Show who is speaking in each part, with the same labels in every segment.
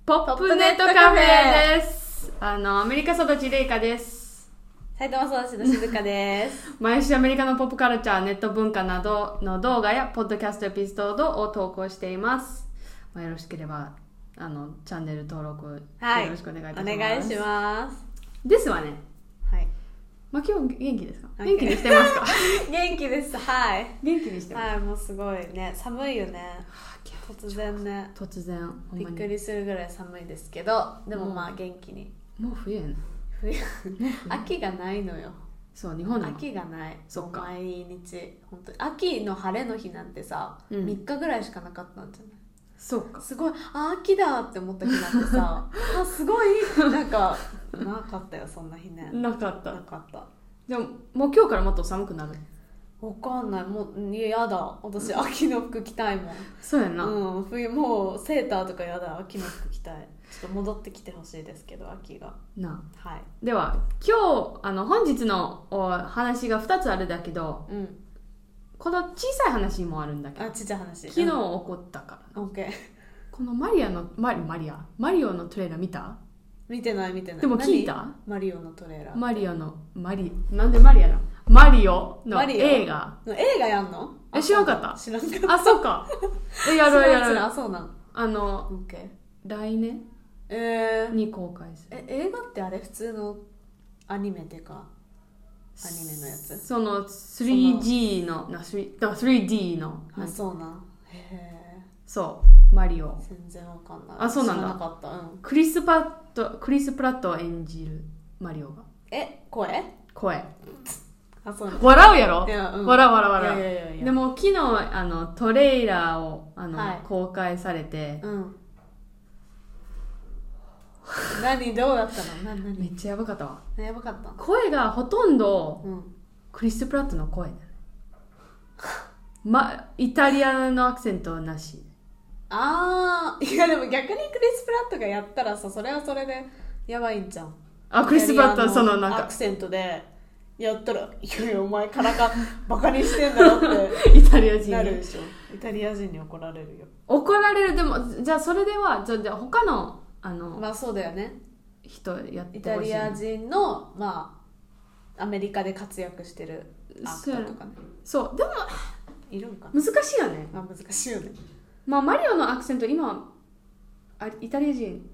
Speaker 1: ネットカフェです。あの、アメリカ育ちレイカです。
Speaker 2: 埼玉育ちの静香です。
Speaker 1: 毎週アメリカのポップカルチャー、ネット文化などの動画やポッドキャストエピソードを投稿しています。まあ、よろしければ、あの、チャンネル登録、
Speaker 2: はい。
Speaker 1: よろしくお願いいたします。
Speaker 2: お願いします。
Speaker 1: ですわね。
Speaker 2: はい。
Speaker 1: まあ、今日元気ですか
Speaker 2: Okay
Speaker 1: 元気にしてますか
Speaker 2: 元気です。はい。
Speaker 1: 元気にしてます。
Speaker 2: はい、もうすごいね。寒いよね。突然ね。
Speaker 1: 突然、ほん
Speaker 2: び
Speaker 1: ま
Speaker 2: っく
Speaker 1: に。
Speaker 2: りするぐらい寒いですけど、でもま
Speaker 1: う
Speaker 2: あ元気に。
Speaker 1: もう冬やな。
Speaker 2: 冬秋がないのよ。
Speaker 1: そう、日本でも。
Speaker 2: 秋がない。
Speaker 1: そっか
Speaker 2: 毎日。本当に秋の晴れの日なんてさ、
Speaker 1: うん
Speaker 2: 3日ぐらいしかなかったんじゃない
Speaker 1: そうか。
Speaker 2: すごいあ秋だって思った日なんて さあすごいなんかなかったよそんな日ね
Speaker 1: なかっ
Speaker 2: な
Speaker 1: た。
Speaker 2: かった
Speaker 1: でも、もう今日からもっと寒くなる。
Speaker 2: わかんないもういややだ私秋の服着たいもん、
Speaker 1: そうやな。
Speaker 2: うん、冬もうセーターとかやだ秋の服着たいちょっと戻ってきてほしいですけど秋が
Speaker 1: な
Speaker 2: はい
Speaker 1: では今日あの本日のお話が2つあるんだけど
Speaker 2: うん
Speaker 1: この小さい話もあるんだけど
Speaker 2: あちっちゃい話
Speaker 1: 昨日起こったから
Speaker 2: うん OK
Speaker 1: このマリアのマリマリアマリオのトレーラー見た
Speaker 2: 見てない見てない
Speaker 1: でも聞いた
Speaker 2: 何マリオのトレーラー
Speaker 1: マリオのマリなんでマリアなのマリオの
Speaker 2: マリオ
Speaker 1: 映画
Speaker 2: の映画やんの
Speaker 1: え知らんかった
Speaker 2: 知らんかっ
Speaker 1: あ そうかえ
Speaker 2: た
Speaker 1: やろうや
Speaker 2: 知ら
Speaker 1: ろうん
Speaker 2: 知らんあそうなの
Speaker 1: あの
Speaker 2: OK
Speaker 1: 来年
Speaker 2: えー、
Speaker 1: に公開する
Speaker 2: え映画ってあれ普通のアニメっていうかアニメのやつ
Speaker 1: その 3G のな 3- だから 3D の
Speaker 2: あそうなんへ
Speaker 1: そうマリオ
Speaker 2: え全然わかんない
Speaker 1: あそうなんだ
Speaker 2: 知らなかったうん
Speaker 1: クリス・パットクリス・プラットを演じるマリオが
Speaker 2: え声
Speaker 1: 声
Speaker 2: あそうなん
Speaker 1: 笑うやろ
Speaker 2: いやうん
Speaker 1: 笑う笑う笑う
Speaker 2: いやいやいやいや
Speaker 1: でも昨日あのトレーラーをあの、
Speaker 2: はい
Speaker 1: 公開されて
Speaker 2: うん何どうだったの何
Speaker 1: め
Speaker 2: 何
Speaker 1: っちゃやばかったわ
Speaker 2: やばかったの
Speaker 1: 声がほとんど
Speaker 2: うん
Speaker 1: クリス・プラットの声だね、ま、イタリアのアクセントなし
Speaker 2: ああいやでも逆にクリス・プラットがやったらさそれはそれでやばいんじゃん
Speaker 1: あクリス・プラットは
Speaker 2: イタ
Speaker 1: そ
Speaker 2: リア
Speaker 1: のなん
Speaker 2: ア
Speaker 1: か
Speaker 2: クセントでやったら「いやいやお前からかバカにしてんだろ」っ
Speaker 1: イタリア
Speaker 2: て
Speaker 1: 人
Speaker 2: なる
Speaker 1: に
Speaker 2: でしょイタリア人に怒られるよ
Speaker 1: 怒られるでもじゃあそれではじゃあじゃあ他のあの、
Speaker 2: まあそうだよね
Speaker 1: 人やって
Speaker 2: イ
Speaker 1: ほしいな
Speaker 2: タリア人のまあアメリカで活躍してるアクターとかね
Speaker 1: そうでも
Speaker 2: いるんかな
Speaker 1: 難しいよね
Speaker 2: まあ難しいよね
Speaker 1: まあマリオのアクセント今あイタリア人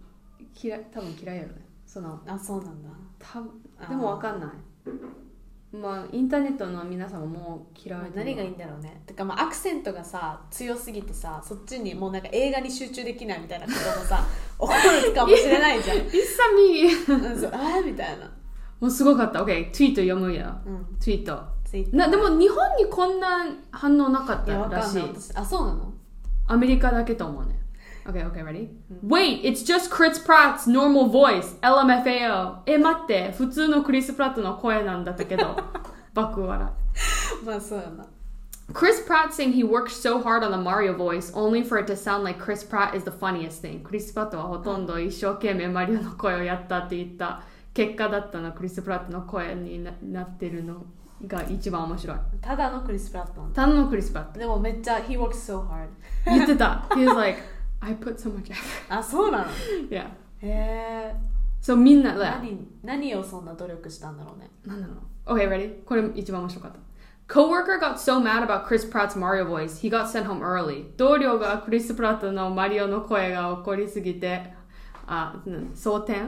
Speaker 1: 嫌い多分嫌いやろねその
Speaker 2: あそうなんだ
Speaker 1: 多分
Speaker 2: あー
Speaker 1: でも分かんないまあインターネットの皆さんももう嫌わ
Speaker 2: まあ
Speaker 1: れて
Speaker 2: 何
Speaker 1: る
Speaker 2: がいいんだろうねてかまあアクセントがさ強すぎてさそっちにもうなんか映画に集中できないみたいなことも さ怒るかもしれないじゃん
Speaker 1: イッサミー
Speaker 2: うんそうあーみたいな
Speaker 1: もうすごかった OK ツイート読むや
Speaker 2: うん
Speaker 1: ツイート
Speaker 2: ツイッター
Speaker 1: なでも日本にこんな反応なかっ
Speaker 2: いや
Speaker 1: た
Speaker 2: わ
Speaker 1: ら
Speaker 2: かん
Speaker 1: し
Speaker 2: ない
Speaker 1: い
Speaker 2: 私あそうなの
Speaker 1: アメリカだけと思うね OK OK ready? Wait it's just Chris Pratt's normal voice LMFAO え待って普通のクリス・プラットの声なんだったけど爆笑
Speaker 2: まあそうやな
Speaker 1: Chris Pratt saying he worked so hard on the Mario voice only for it to sound like Chris Pratt is the funniest thing. クリス・プラットはほとんど一生懸命マリオの声をやったって言った結果だったのクリス・プラットの声にななってるのが一番面白い。
Speaker 2: ただのクリス・プラットなんだ
Speaker 1: ただのクリス・プラット。
Speaker 2: でもめっちゃ He works so hard
Speaker 1: 言ってた。He was like, I put so much effort.
Speaker 2: あそうなの
Speaker 1: Yeah.
Speaker 2: へえ
Speaker 1: So みんな、like,
Speaker 2: 何何をそんな努力したんだろうね
Speaker 1: なんだろう。Okay, ready? これ一番面白かった。Coworker got so mad about Chris Pratt's Mario voice, he got sent home early. 同僚がクリス・プラットのマリオの声が怒りすぎて、あ、なん早転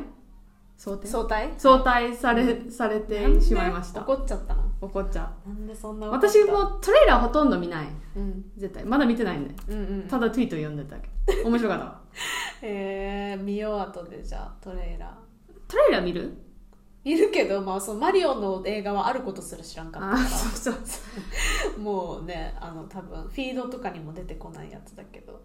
Speaker 1: 早転
Speaker 2: 相対
Speaker 1: 早退され、されてしまいました。
Speaker 2: 怒っちゃったの
Speaker 1: 怒っちゃ
Speaker 2: なんでそん
Speaker 1: う。
Speaker 2: な怒った
Speaker 1: 私もトレーラーほとんど見ない。
Speaker 2: うん
Speaker 1: 絶対。まだ見てないんで。
Speaker 2: うんうん
Speaker 1: ただツイート読んでたけ ど。面白かったわ。
Speaker 2: へえ見よう後でじゃあトレーラー
Speaker 1: トレーラー見る
Speaker 2: いるけどまあそのマリオの映画はあることすら知らんかった
Speaker 1: あ、
Speaker 2: か
Speaker 1: そうそうそ
Speaker 2: ら
Speaker 1: う。
Speaker 2: もうねあの多分フィードとかにも出てこないやつだけど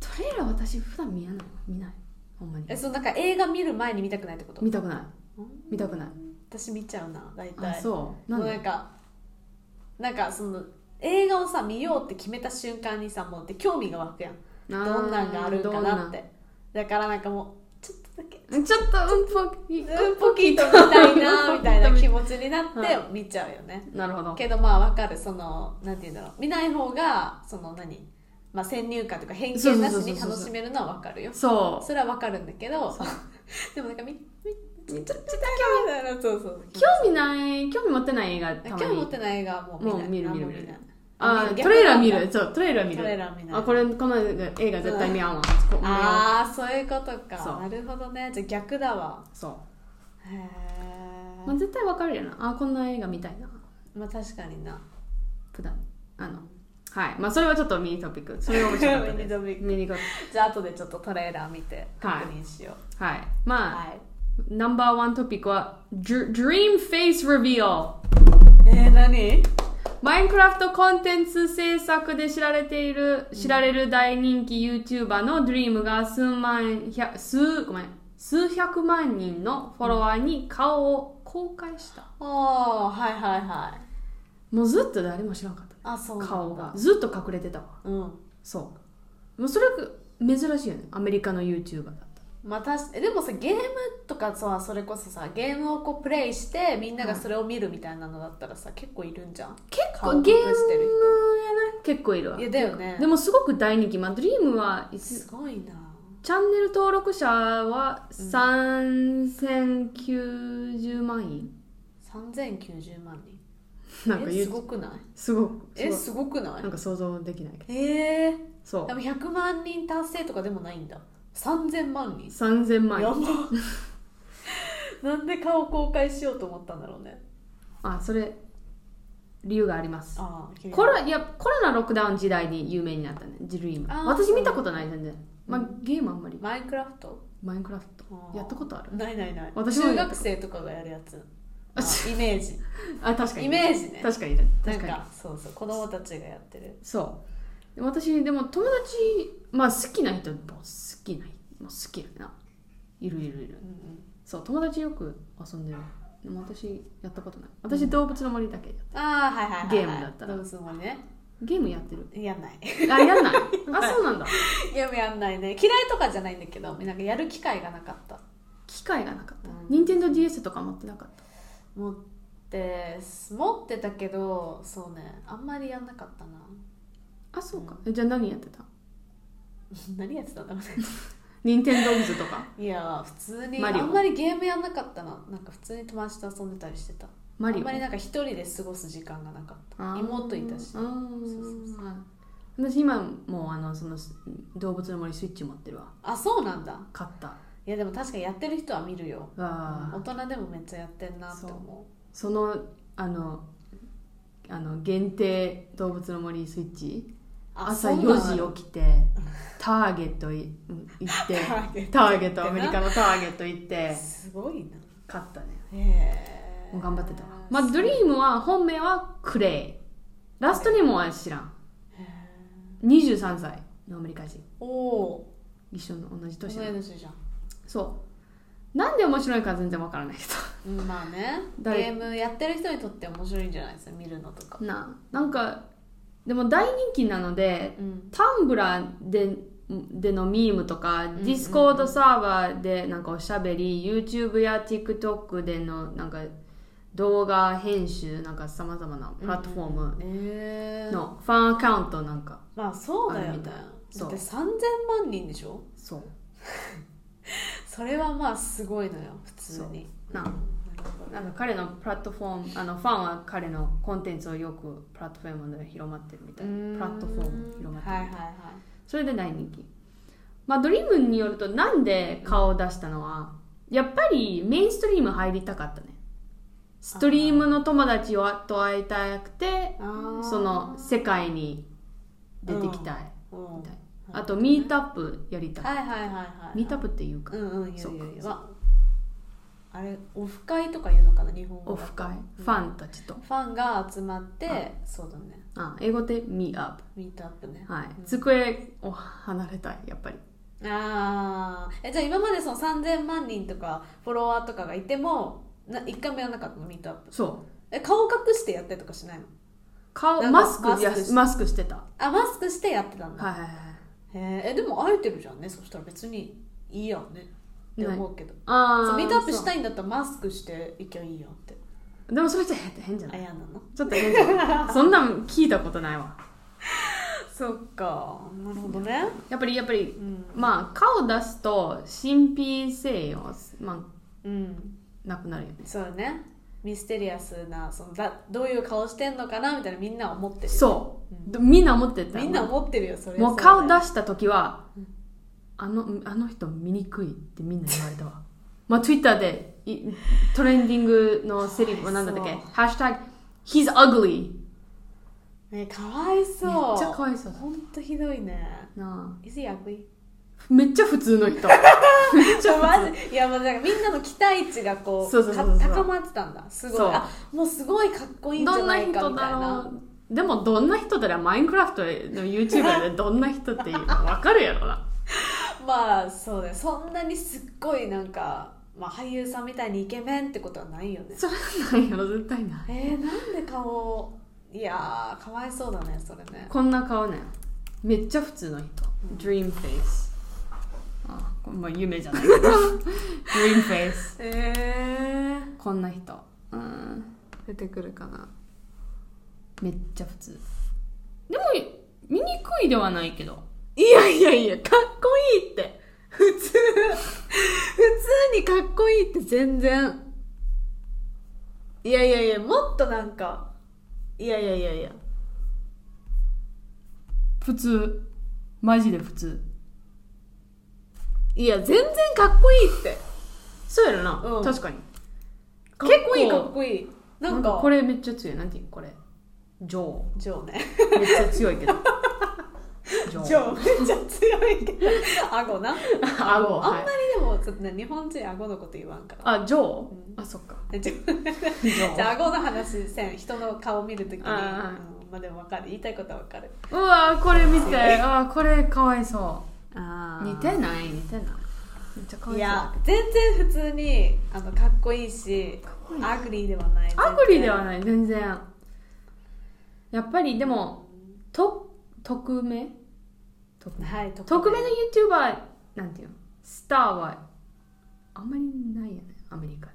Speaker 1: トレーラー私普段見やない。見ない。ほんまに
Speaker 2: え。そのなんか映画見る前に見たくないってこと
Speaker 1: 見たくない
Speaker 2: うん。
Speaker 1: 見たくない。
Speaker 2: 私見ちゃうな大体
Speaker 1: あ、そう。
Speaker 2: も
Speaker 1: なん
Speaker 2: う
Speaker 1: で
Speaker 2: なんかなんかその映画をさ見ようって決めた瞬間にさもうで興味が湧くやん
Speaker 1: ど
Speaker 2: どんなんがあるんかなってだからなんかもうちょっとだけ
Speaker 1: ちょっとうんぽき
Speaker 2: うんポキッと見たいなみたいな気持ちに なっ
Speaker 1: は
Speaker 2: て見ちゃうよね
Speaker 1: なるほど
Speaker 2: けどまあわかるそのなんて言うんだろう見ない方がその何まあ、先入観とか偏
Speaker 1: そう
Speaker 2: 見
Speaker 1: そう
Speaker 2: なし
Speaker 1: そうそう
Speaker 2: に楽しめるのは分かるよ
Speaker 1: そう
Speaker 2: それは分かるんだけど でもなんかみみちょっと興味ないなそうそう
Speaker 1: 興味ない興味持ってない映画たまに
Speaker 2: 興味持ってない映画はもう見ない
Speaker 1: もう見る
Speaker 2: あんま
Speaker 1: 見る見る
Speaker 2: ない
Speaker 1: あ
Speaker 2: 見る
Speaker 1: トレーラー見るそうトレーラー見る
Speaker 2: トレーラー見ない
Speaker 1: あこれこの映画絶対見合わんわこう見よう
Speaker 2: ああそういうこと
Speaker 1: そう
Speaker 2: かなるほどねじゃあ逆だわ
Speaker 1: そう、
Speaker 2: へ
Speaker 1: まあ、
Speaker 2: え
Speaker 1: 絶対わかるやなあこんな映画見たいな
Speaker 2: まあ確かにな
Speaker 1: 普段あのはいまあそれはちょっとミニトピックそれは面白かったで す
Speaker 2: ミニトピック
Speaker 1: ミニトピッ
Speaker 2: じゃあ後でちょっとトレーラー見て確認しよう
Speaker 1: クはいまあ、
Speaker 2: はい、
Speaker 1: ナンバーワントピックは Dr- Dream Face Reveal
Speaker 2: えー、何
Speaker 1: マインクラフトコンテンツ制作で知られている、知られる大人気 YouTuber の Dream が数万、百数、ごめん、数百万人のフォロワーに顔を公開した。
Speaker 2: ああはいはいはい
Speaker 1: もうずっと誰も知らなかった。
Speaker 2: あそうなんだ
Speaker 1: 顔が。ずっと隠れてたわ。
Speaker 2: うん
Speaker 1: そう。もうそれ珍しいよね。アメリカの YouTuber だった。
Speaker 2: まあ、確かでもさゲームとかさそれこそさゲームをこうプレイしてみんながそれを見るみたいなのだったらさ結構いるんじゃん
Speaker 1: 結
Speaker 2: 顔
Speaker 1: 構
Speaker 2: 隠
Speaker 1: ゲームやな
Speaker 2: してる
Speaker 1: 結構いるわ
Speaker 2: 人い。やだよね
Speaker 1: でもすごく大人気。まあ、Dream はいつ
Speaker 2: すごいな
Speaker 1: チャンネル登録者は3090万人、
Speaker 2: 3090万人
Speaker 1: なんか
Speaker 2: え
Speaker 1: 言
Speaker 2: す
Speaker 1: う
Speaker 2: ごくない
Speaker 1: すごく
Speaker 2: え
Speaker 1: す
Speaker 2: すごくな
Speaker 1: ごい
Speaker 2: い
Speaker 1: なんか想像できないけど
Speaker 2: ええ
Speaker 1: そ
Speaker 2: でも100万人達成とかでもないんだ3000万
Speaker 1: う
Speaker 2: 人
Speaker 1: 3000万
Speaker 2: やば
Speaker 1: 人
Speaker 2: なんで顔公開しようと思ったんだろうね
Speaker 1: あそれ理由があります
Speaker 2: ああ
Speaker 1: コロいやコロナロックダウン時代に有名になったねジルイム
Speaker 2: あー
Speaker 1: 私見たことない全然、まあ、ゲームあんまり
Speaker 2: マインクラフト
Speaker 1: マインクラフト
Speaker 2: あー
Speaker 1: やったことある
Speaker 2: ないないない
Speaker 1: 私も
Speaker 2: 中学生とかがやるやつあイメージ
Speaker 1: あ確かに
Speaker 2: イメージね
Speaker 1: 確かに確か
Speaker 2: な
Speaker 1: に
Speaker 2: んかそうそう子供たちがやってる
Speaker 1: そうで私でも友達まあ好きな人も好きな人も好きやないるいるいる
Speaker 2: うんうん
Speaker 1: そう友達よく遊んでるでも私やったことない私動物の森だけや
Speaker 2: ああはいはいはい、はい、
Speaker 1: ゲームだったら
Speaker 2: 動物の森ね
Speaker 1: ゲームやってる
Speaker 2: やんない
Speaker 1: あや んないあそうなんだ
Speaker 2: ゲームやんないね嫌いとかじゃないんだけどなんかやる機会がなかった
Speaker 1: 機会がなかった
Speaker 2: うん
Speaker 1: NintendoDS とか持ってなかった
Speaker 2: 持って持ってたけどそうねあんまりやんなかったな
Speaker 1: あそうか、えじゃあ何やってた
Speaker 2: 何やってたんだろうね
Speaker 1: ?NintendoWiz とか
Speaker 2: いや普通に
Speaker 1: マ
Speaker 2: あ
Speaker 1: リオ
Speaker 2: んまりゲームやんなかったななんか普通に友達と遊んでたりしてた
Speaker 1: マ
Speaker 2: あ
Speaker 1: リ
Speaker 2: ん
Speaker 1: オ
Speaker 2: まりなんか一人で過ごす時間がなかった
Speaker 1: あー
Speaker 2: 妹いたしそ
Speaker 1: あ
Speaker 2: うそう
Speaker 1: ーはい私今もうあのその動物の森スイッチ持ってるわ
Speaker 2: あそうなんだ
Speaker 1: 買った
Speaker 2: いやでも確かにやってる人は見るよ
Speaker 1: あー
Speaker 2: 大人でもめっちゃやってんなって思
Speaker 1: そのあのあの限定動物の森スイッチ
Speaker 2: う
Speaker 1: 朝
Speaker 2: そうな
Speaker 1: 4
Speaker 2: の
Speaker 1: 時起きてターゲットいうん行って
Speaker 2: ターゲット
Speaker 1: ターゲットアメリカのターゲット行っ て
Speaker 2: すごいな
Speaker 1: 勝ったね
Speaker 2: へえ
Speaker 1: もう頑張ってたわまあドリームは本名はクレイラストネームは知らん23歳のアメリカ人
Speaker 2: おお
Speaker 1: 一緒の同じ
Speaker 2: 同い
Speaker 1: 年だ
Speaker 2: 年じゃん、
Speaker 1: そうなんで面白いか全然わからないけ
Speaker 2: うん、まあねゲ
Speaker 1: 誰
Speaker 2: ームやってる人にとって面白いんじゃないですか見るのとか
Speaker 1: どなあなんかでも大人気なので
Speaker 2: うん
Speaker 1: タンブラーででのミームとか、
Speaker 2: ん
Speaker 1: ディスコードサーバーでなんかおしゃべり YouTube や TikTok でのなんか動画編集なんかさまざまなプラットフォーム
Speaker 2: ええ
Speaker 1: のファンアカウントなんか、
Speaker 2: まあそうだよ
Speaker 1: あるみ
Speaker 2: ね
Speaker 1: たい
Speaker 2: だ
Speaker 1: そう
Speaker 2: って3000万人でしょ
Speaker 1: そう
Speaker 2: それはまあすごいのよ普通に
Speaker 1: な
Speaker 2: なるほど
Speaker 1: なんか彼のプラットフォームあのファンは彼のコンテンツをよくプラットフォームで広まってるみたいなプラットフォーム広まってる、
Speaker 2: はいはいはい
Speaker 1: それで大人気まあドリームによるとなんで顔を出したのはやっぱりメインストリーム入りたかったねストリームの友達をと会いたくて
Speaker 2: あー
Speaker 1: その世界に出てきたい
Speaker 2: うん
Speaker 1: みたい
Speaker 2: うん
Speaker 1: なあとミートアップやりた
Speaker 2: はいいはいはいはい
Speaker 1: ミートアップっていうか
Speaker 2: うんうんいや
Speaker 1: そう
Speaker 2: い
Speaker 1: か
Speaker 2: やいやわあれオフ会とか言うのかな日本語
Speaker 1: オ
Speaker 2: だ
Speaker 1: フ
Speaker 2: と
Speaker 1: 会ファンたちと
Speaker 2: ファンが集まってそうだね
Speaker 1: あ英語でミーア
Speaker 2: ミートアップね
Speaker 1: ップはい机を離れたいやっぱり
Speaker 2: ああじゃあ今までその3000万人とかフォロワーとかがいてもな1回もやらなかったのミートアップ
Speaker 1: そう
Speaker 2: え顔隠してやったりとかしないの
Speaker 1: 顔
Speaker 2: なんか
Speaker 1: マスクいや
Speaker 2: マスクし
Speaker 1: マスクしてたは
Speaker 2: あマスクしてやってたん
Speaker 1: い
Speaker 2: だ、
Speaker 1: はいはい
Speaker 2: へーえでも会えてるじゃんねそしたら別にいいやんねって思うけど
Speaker 1: あ
Speaker 2: そう
Speaker 1: あ
Speaker 2: ミートアップし
Speaker 1: い
Speaker 2: たいんだったらマスクしていきゃいいやんって
Speaker 1: でもそれちょっと変じゃ
Speaker 2: あ
Speaker 1: ない
Speaker 2: やなの
Speaker 1: ちょっと変じゃないそんなん聞いたことないわ
Speaker 2: そっかなるほどね
Speaker 1: やっぱりやっぱり
Speaker 2: うん
Speaker 1: まあ顔出すと神秘性をま
Speaker 2: うん
Speaker 1: あなくなるよね
Speaker 2: そうだねミステリアスなそのだどういう顔してんのかなみたいなみんな思ってる
Speaker 1: そう、みんな思ってた
Speaker 2: みんな思ってるよそれ
Speaker 1: も
Speaker 2: そ
Speaker 1: う顔
Speaker 2: れ
Speaker 1: 出した時は、あのあの人醜いってみんな言われたわ まあツイッターでいトレンディングのセリフは何だったっけ
Speaker 2: そう
Speaker 1: ハッシュタグ He's ugly
Speaker 2: ねかわいそう
Speaker 1: めっちゃかわいそう
Speaker 2: ほんとひどいね
Speaker 1: な
Speaker 2: Is he ugly?
Speaker 1: あめっちゃ普 通の人
Speaker 2: ちょマジいやもうなんかみんなの期待値がこう
Speaker 1: そうそうそうそう
Speaker 2: か高まってたんだすごい
Speaker 1: そう
Speaker 2: あもうすごいかっこいいんじ
Speaker 1: ど
Speaker 2: ゃ
Speaker 1: んな
Speaker 2: ない
Speaker 1: 人だ
Speaker 2: かみたい
Speaker 1: ろ
Speaker 2: な
Speaker 1: うでもどんな人だらマインクラフトの YouTuber でどんな人っていうの分かるやろな
Speaker 2: まあそうだよそんなにすっごいなんか、まあ、俳優さんみたいにイケメンってことはないよね
Speaker 1: それはないやろ絶対ない
Speaker 2: えー、なんで顔をいやーかわいそうだねそれね
Speaker 1: こんな顔ねめっちゃ普通の人 Dream Face あこれまあ夢じゃな いけど Dream Face
Speaker 2: えー、
Speaker 1: こんな人うん出てくるかなめっちゃ普通でも醜いではないけどいやいやいやかっこいいって普通普通にかっこいいって全然
Speaker 2: いやいやいやもっとなんかいやいやいやいや
Speaker 1: 普通マジで普通
Speaker 2: いや全然かっこいいって
Speaker 1: そうやろな、
Speaker 2: うん
Speaker 1: 確かに
Speaker 2: かっこいい
Speaker 1: 結
Speaker 2: か
Speaker 1: 構
Speaker 2: っこいいな
Speaker 1: なんん
Speaker 2: か
Speaker 1: かこれめっちゃ強いなんていうのこれジョー
Speaker 2: ジョーね
Speaker 1: めっちゃ強い けど。
Speaker 2: ジョーめっちゃ強いけど顎な
Speaker 1: あご、
Speaker 2: あんま
Speaker 1: は
Speaker 2: り
Speaker 1: い。
Speaker 2: でもちょっとね日本人顎のこと言わんから
Speaker 1: あ、ジョー
Speaker 2: ん
Speaker 1: あ、そっか。
Speaker 2: じゃ
Speaker 1: ジョ
Speaker 2: あ
Speaker 1: ー。
Speaker 2: 顎の話せん人の顔見るときに、うん
Speaker 1: あー
Speaker 2: まあでもわかる言いたいことはわかる
Speaker 1: うわこれ見て。 あこれかわいそ
Speaker 2: あ
Speaker 1: う。似てない似てない。めっちゃかわいそう。
Speaker 2: いや全然普通にあのかっこいいし
Speaker 1: こいい
Speaker 2: アグリーではない
Speaker 1: アグリで
Speaker 2: な
Speaker 1: はない、全然。やっぱりでも、と、匿名匿名。
Speaker 2: はい
Speaker 1: 匿
Speaker 2: 匿
Speaker 1: 名
Speaker 2: 名
Speaker 1: の YouTuber、なんていうのスターは、あんまりないよね、アメリカ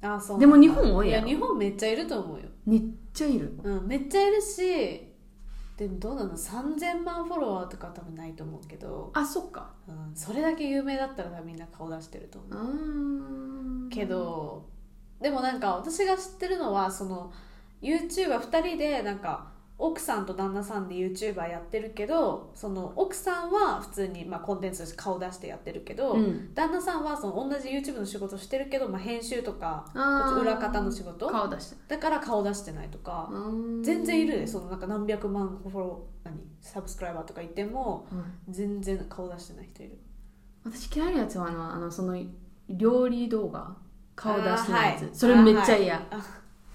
Speaker 1: では。
Speaker 2: いあそう
Speaker 1: でも日本多いや
Speaker 2: や
Speaker 1: ろ
Speaker 2: 日本めっちゃいると思うよ、
Speaker 1: めっちゃいる。
Speaker 2: うん、めっちゃいるしでもどうなの3000万フォロワーとかは多分ないと思うけど、
Speaker 1: あ、そっか。
Speaker 2: うん、それだけ有名だったら多分みんな顔出してると思う
Speaker 1: うーん
Speaker 2: けどでもなんか私が知ってるのはその YouTuber2 人でなんか奥さんと旦那さんで YouTuber やってるけどその奥さんは普通に、まあ、コンテンツとして顔出してやってるけど、
Speaker 1: うん
Speaker 2: 旦那さんはその同じ YouTube の仕事してるけど、まあ、編集とか
Speaker 1: あー
Speaker 2: 裏方の仕事
Speaker 1: 顔出して
Speaker 2: だから顔出してないとか、全然いるねそのなんか何百万フォロー何サブスクライバーとかいても
Speaker 1: うん
Speaker 2: 全然顔出してない人いる
Speaker 1: 私嫌いなやつはあのあのその料理動画顔出してるやつ、
Speaker 2: あーはい
Speaker 1: それめっちゃ嫌、
Speaker 2: あはい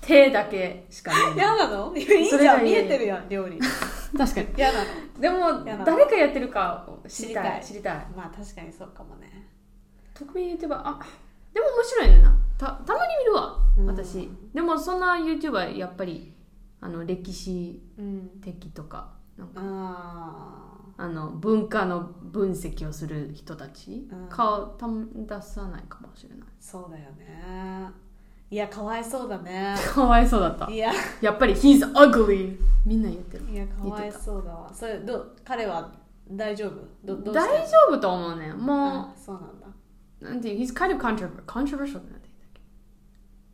Speaker 1: 手だけしか見え
Speaker 2: 嫌
Speaker 1: ない
Speaker 2: なのいいじ
Speaker 1: それが
Speaker 2: ゃん
Speaker 1: 嫌
Speaker 2: 見えてるやん料理
Speaker 1: 確かに
Speaker 2: 嫌なの
Speaker 1: でも
Speaker 2: 嫌な
Speaker 1: 誰かやってるかを知りたい知
Speaker 2: 知
Speaker 1: りたい
Speaker 2: まあ確かにそうかもね
Speaker 1: 匿名 YouTuber あでも面白いねんなたたまに見るわ
Speaker 2: うん
Speaker 1: 私、でもそんな YouTuber やっぱりあの歴史
Speaker 2: うん
Speaker 1: 的とかなんか
Speaker 2: あ
Speaker 1: あの文化の分析をする人たち、
Speaker 2: うん
Speaker 1: 顔た出さないかもしれない
Speaker 2: ーそうだよねいやかわいそうだね
Speaker 1: かわいそうだった
Speaker 2: いや
Speaker 1: やっぱり He's ugly みんな言ってる
Speaker 2: いやかわいそうだわそれどう彼は大丈夫どどうして
Speaker 1: 大丈夫と思うねも
Speaker 2: あそうなんだ
Speaker 1: う、なんていう He's kind of controversial controversial ってなんて言ったっ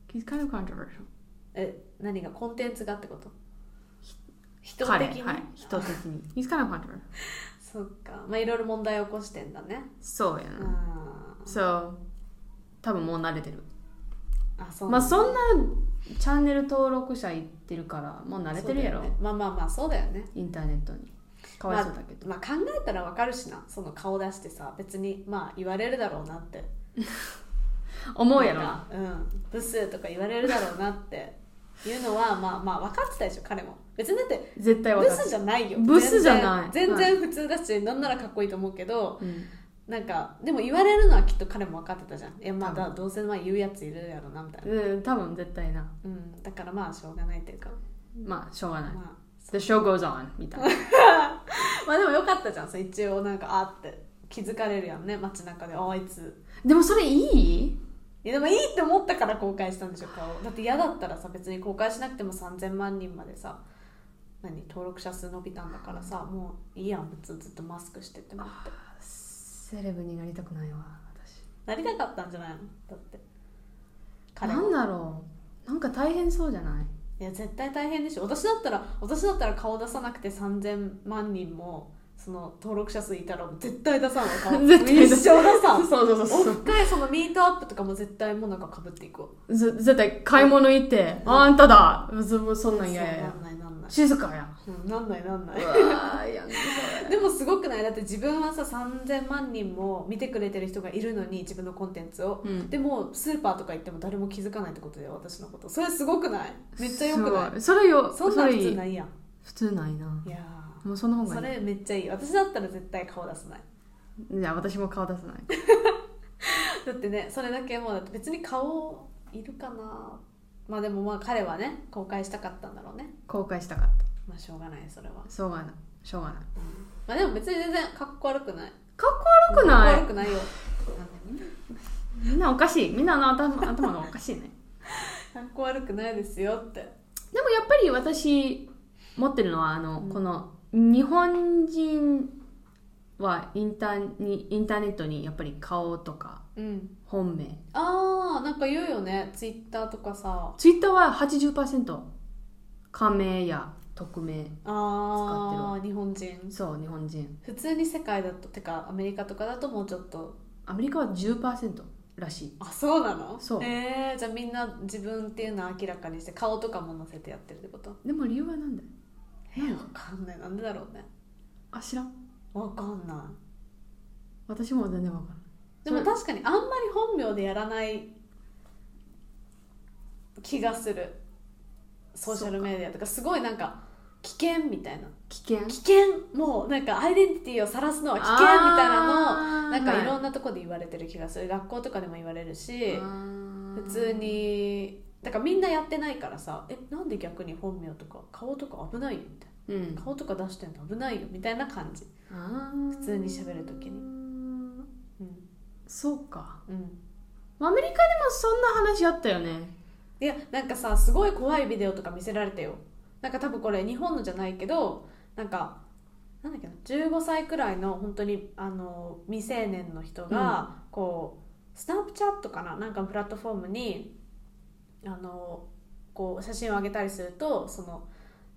Speaker 1: け He's kind of controversial
Speaker 2: え何がコンテンツがってこと人的
Speaker 1: 彼
Speaker 2: に、
Speaker 1: はい人的に He's kind of controversial
Speaker 2: そっかまあいろいろ問題を起こしてんだね
Speaker 1: そうや
Speaker 2: あ
Speaker 1: な、そう多分もう慣れてる
Speaker 2: ーあそう
Speaker 1: ま
Speaker 2: な
Speaker 1: あ
Speaker 2: んだ
Speaker 1: そんなチャンネル登録者いってるからもう慣れてるやろ、
Speaker 2: そうだよねまあまあまあそうだよね
Speaker 1: インターネットにかわいそうだけど、
Speaker 2: まあ考えたらわかるしなその顔出してさ別にまあ言われるだろうなって
Speaker 1: 思うやろ
Speaker 2: なんかうんブスとか言われるだろうなっていうのはまあまあ分かってたでしょ彼も別にだって
Speaker 1: 絶対わ
Speaker 2: ブ
Speaker 1: かる
Speaker 2: スじゃないよ
Speaker 1: ブスじゃない
Speaker 2: 全然全然普通だし、なんならかっこいいと思うけど
Speaker 1: うん
Speaker 2: なんかでも言われるのはきっと彼も分かってたじゃんいやまあ
Speaker 1: 多
Speaker 2: だどうせまあ言うやついるやろなみたいな、
Speaker 1: うん、多分絶対な
Speaker 2: うん、だからまあしょうがないっていうか
Speaker 1: まあしょうがない
Speaker 2: ま
Speaker 1: The show goes on みたいな
Speaker 2: あまあでもよかったじゃんそう一応なんかあって気づかれるやんね街中でああいつ
Speaker 1: でもそれいい
Speaker 2: いやでもいいって思ったから公開したんでしょ顔だって嫌だったらさ別に公開しなくても3000万人までさ何登録者数伸びたんだからさもういいやんずずっとマスクしててもって
Speaker 1: セレブになりたくないわ私
Speaker 2: なりたかったんじゃないのだって彼
Speaker 1: な
Speaker 2: は
Speaker 1: んだろうなんか大変そうじゃない
Speaker 2: いや絶対大変でしょ私だったら私だったら顔出さなくて3000万人もその登録者数いたら絶対出さんわ顔
Speaker 1: 絶対出
Speaker 2: 一
Speaker 1: さん
Speaker 2: 生出さん
Speaker 1: そうそ
Speaker 2: オフ会そのミートアップとかも絶対もうなんかかぶっていくわ
Speaker 1: ぜ絶対買い物行って「あんただ!」そそんなん嫌や
Speaker 2: そう
Speaker 1: や
Speaker 2: なんないなんない
Speaker 1: 静かや
Speaker 2: うんなんないなんないう
Speaker 1: わーやんね
Speaker 2: でもすごくないだって自分はさ3000万人も見てくれてる人がいるのに自分のコンテンツを、
Speaker 1: うん
Speaker 2: でもスーパーとか行っても誰も気づかないってことだよ私のことそれすごくないめっちゃよくない
Speaker 1: いそれよ
Speaker 2: そんなん普
Speaker 1: れい
Speaker 2: 通
Speaker 1: い
Speaker 2: ないやん
Speaker 1: 普通ないない
Speaker 2: や
Speaker 1: もうその
Speaker 2: ー
Speaker 1: 方
Speaker 2: そ
Speaker 1: がい
Speaker 2: れめっちゃいい私だったら絶対顔出さない
Speaker 1: いいや私も顔出さない
Speaker 2: だってねそれだけもうだって別に顔いるかなまあでもまあ彼はね公開したかったんだろうね
Speaker 1: 後悔したかった
Speaker 2: まあしょうがないそれは
Speaker 1: しょうがないしょうがない
Speaker 2: まあでも別に全然かっこ悪くない
Speaker 1: かっこ悪くな
Speaker 2: かっこ悪
Speaker 1: い
Speaker 2: くないよ
Speaker 1: みんなおかしいみんなの頭頭がおかしいね
Speaker 2: かっこ悪くないですよって
Speaker 1: でもやっぱり私持ってるのはあの、この日本人はインターにインターネットにやっぱり顔とか
Speaker 2: うん
Speaker 1: 本名
Speaker 2: あーなんか言うよねツイッターとかさ
Speaker 1: ツイッターは80%仮名や匿名使
Speaker 2: あー日本人
Speaker 1: そう日本人
Speaker 2: 普通に世界だとてかアメリカとかだともうちょっと
Speaker 1: アメリカは10%らしい
Speaker 2: あそうなの
Speaker 1: そう
Speaker 2: えー、じゃあみんな自分っていうのは明らかにして顔とかも載せてやってるってこと
Speaker 1: でも理由はなんだよ
Speaker 2: えー、わかんないなんでだろうね
Speaker 1: あ知らん
Speaker 2: わかんない
Speaker 1: 私も全然わからない
Speaker 2: でも
Speaker 1: そ
Speaker 2: 確かにあんまり本名でやらない気がするソーシャルメディアとかすごいなんか危険みたいな
Speaker 1: 危険
Speaker 2: 危険もうなんかアイデンティティを晒すのは危険みたいなのを
Speaker 1: の
Speaker 2: なんかいろ
Speaker 1: なん
Speaker 2: なとこで言われてる気がする学校とかでも言われるし普
Speaker 1: 普
Speaker 2: 通にだからみんなやってないからさえなんで逆に本名とか顔とか危ないよみたい
Speaker 1: うん
Speaker 2: な顔とか出してんの危ないよみたいな感じ
Speaker 1: 普
Speaker 2: 普通に喋るときに
Speaker 1: に
Speaker 2: うん
Speaker 1: そうか
Speaker 2: うん
Speaker 1: アメリカでもそんな話あったよね
Speaker 2: いやなんかさすごい怖いビデオとか見せられてよなんか多分これ日本のじゃないけどなんかなんだっけな15歳くらいの本当にあの未成年の人が、こうスナップチャットかななんかのプラットフォームにあのこう写真を上げたりするとその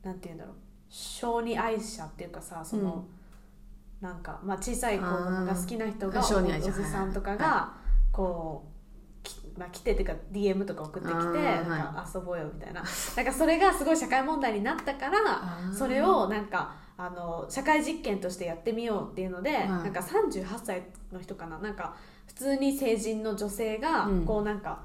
Speaker 2: なんて言うんだろう小児愛者っていうかさその、なんか、まあ、小さい子供が好きな人が
Speaker 1: あー小児愛者
Speaker 2: おじさんとかがこうきまあ、来てっていうか DM とか送ってきて
Speaker 1: あー
Speaker 2: なんか遊ぼうよみたいな なんかそれがすごい社会問題になったから
Speaker 1: あー
Speaker 2: それをなんかあの社会実験としてやってみようっていうので、
Speaker 1: い
Speaker 2: なんか38歳の人かななんか普通に成人の女性が
Speaker 1: うん
Speaker 2: こうなんか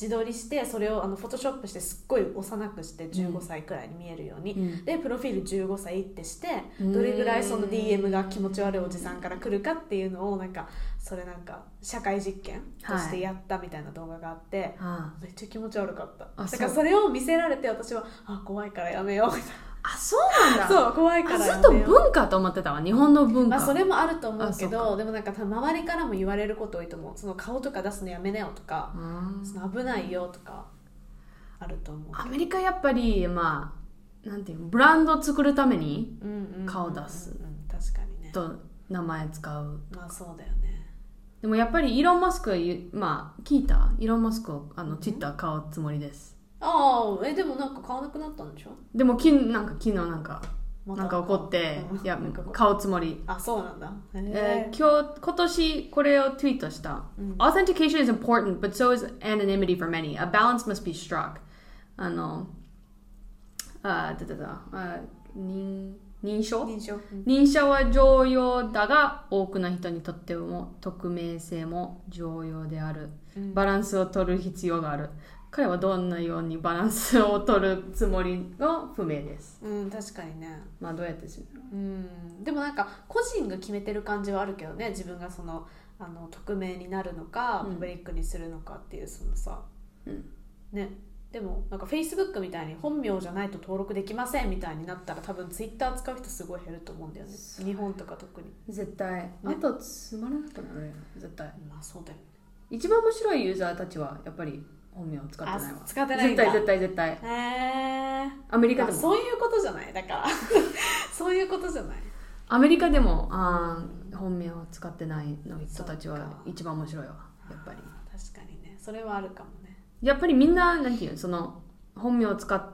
Speaker 2: 自撮りしてそれをあのフォトショップしてすっごい幼くして15歳くらいに見えるように、
Speaker 1: うん
Speaker 2: でプロフィール15歳ってして
Speaker 1: うん
Speaker 2: どれぐらいその DM が気持ち悪いおじさんから来るかっていうのをなんかそれなんか社会実験としてやったみたいな動画があって、
Speaker 1: あ
Speaker 2: めっちゃ気持ち悪かっただか
Speaker 1: あ
Speaker 2: ら
Speaker 1: そう
Speaker 2: それを見せられて私はあ怖いからやめようみたい
Speaker 1: あそうなんだ
Speaker 2: な そう怖いから
Speaker 1: あず
Speaker 2: や
Speaker 1: っと
Speaker 2: めよう
Speaker 1: 文化と思ってたわ日本の文
Speaker 2: ま
Speaker 1: 化、
Speaker 2: あそれもあると思うけ
Speaker 1: あそ
Speaker 2: どでもなんか多分周りからも言われること多いと思うその顔とか出すのやめなよとか
Speaker 1: う、ん
Speaker 2: その危ないよとかあると思う
Speaker 1: アメリカやっぱりまあなんていうのブランド作るために
Speaker 2: うんうんうんうん
Speaker 1: 顔出す
Speaker 2: うん確かにね
Speaker 1: と名前使う
Speaker 2: まあそうだよね
Speaker 1: でもやっぱりイーロン・マスクは言うまあ聞いたイーロン・マスクをあのツイッター買うつもりです
Speaker 2: ああえでもなんか買わなくなったんでしょ
Speaker 1: でもきんなんか昨日なんか
Speaker 2: また
Speaker 1: なんか怒って
Speaker 2: うん
Speaker 1: いや
Speaker 2: なんか怒っ
Speaker 1: 買うつもり
Speaker 2: あそうなんだ
Speaker 1: え
Speaker 2: へえ
Speaker 1: ー今日今年これをツイートした、Authentication is important, but so is anonymity for many. A balance must be struck. あの、あだだだあ認認証
Speaker 2: 認証うん
Speaker 1: 認証は常用だが、多くの人にとっても匿名性も常用である。バランスを取る必要がある。彼はどんなようにバランスを取るつもりが不明です。
Speaker 2: うん確かにね
Speaker 1: まあどうやってする
Speaker 2: うんでもなんか個人が決めてる感じはあるけどね自分がそのあの匿名になるのか
Speaker 1: うん
Speaker 2: パブリックにするのかっていうそのさ、
Speaker 1: うん
Speaker 2: ねでもなんかフェイスブックみたいに本名じゃないと登録できませんみたいになったら多分ツイッター使う人すごい減ると思うんだよね
Speaker 1: そう
Speaker 2: 日本とか特に
Speaker 1: 絶対。あとつまらなくなるよ、絶対。
Speaker 2: まあそうだよね
Speaker 1: 一番面白いユーザーたちはやっぱり本名を使
Speaker 2: あ
Speaker 1: ってないわ
Speaker 2: 使ってないん
Speaker 1: 絶
Speaker 2: だ
Speaker 1: 対絶対絶対
Speaker 2: へえ
Speaker 1: アメリカ
Speaker 2: ま
Speaker 1: で
Speaker 2: あ、
Speaker 1: も
Speaker 2: そういうことじゃないだから そういうことじゃない
Speaker 1: アメリカでもあー本名を使ってないの人たち
Speaker 2: そっ
Speaker 1: は
Speaker 2: か
Speaker 1: 一番面白いわやっぱり
Speaker 2: あー確かにねそれはあるかもね
Speaker 1: やっぱりみんななんていうのその本名を使っ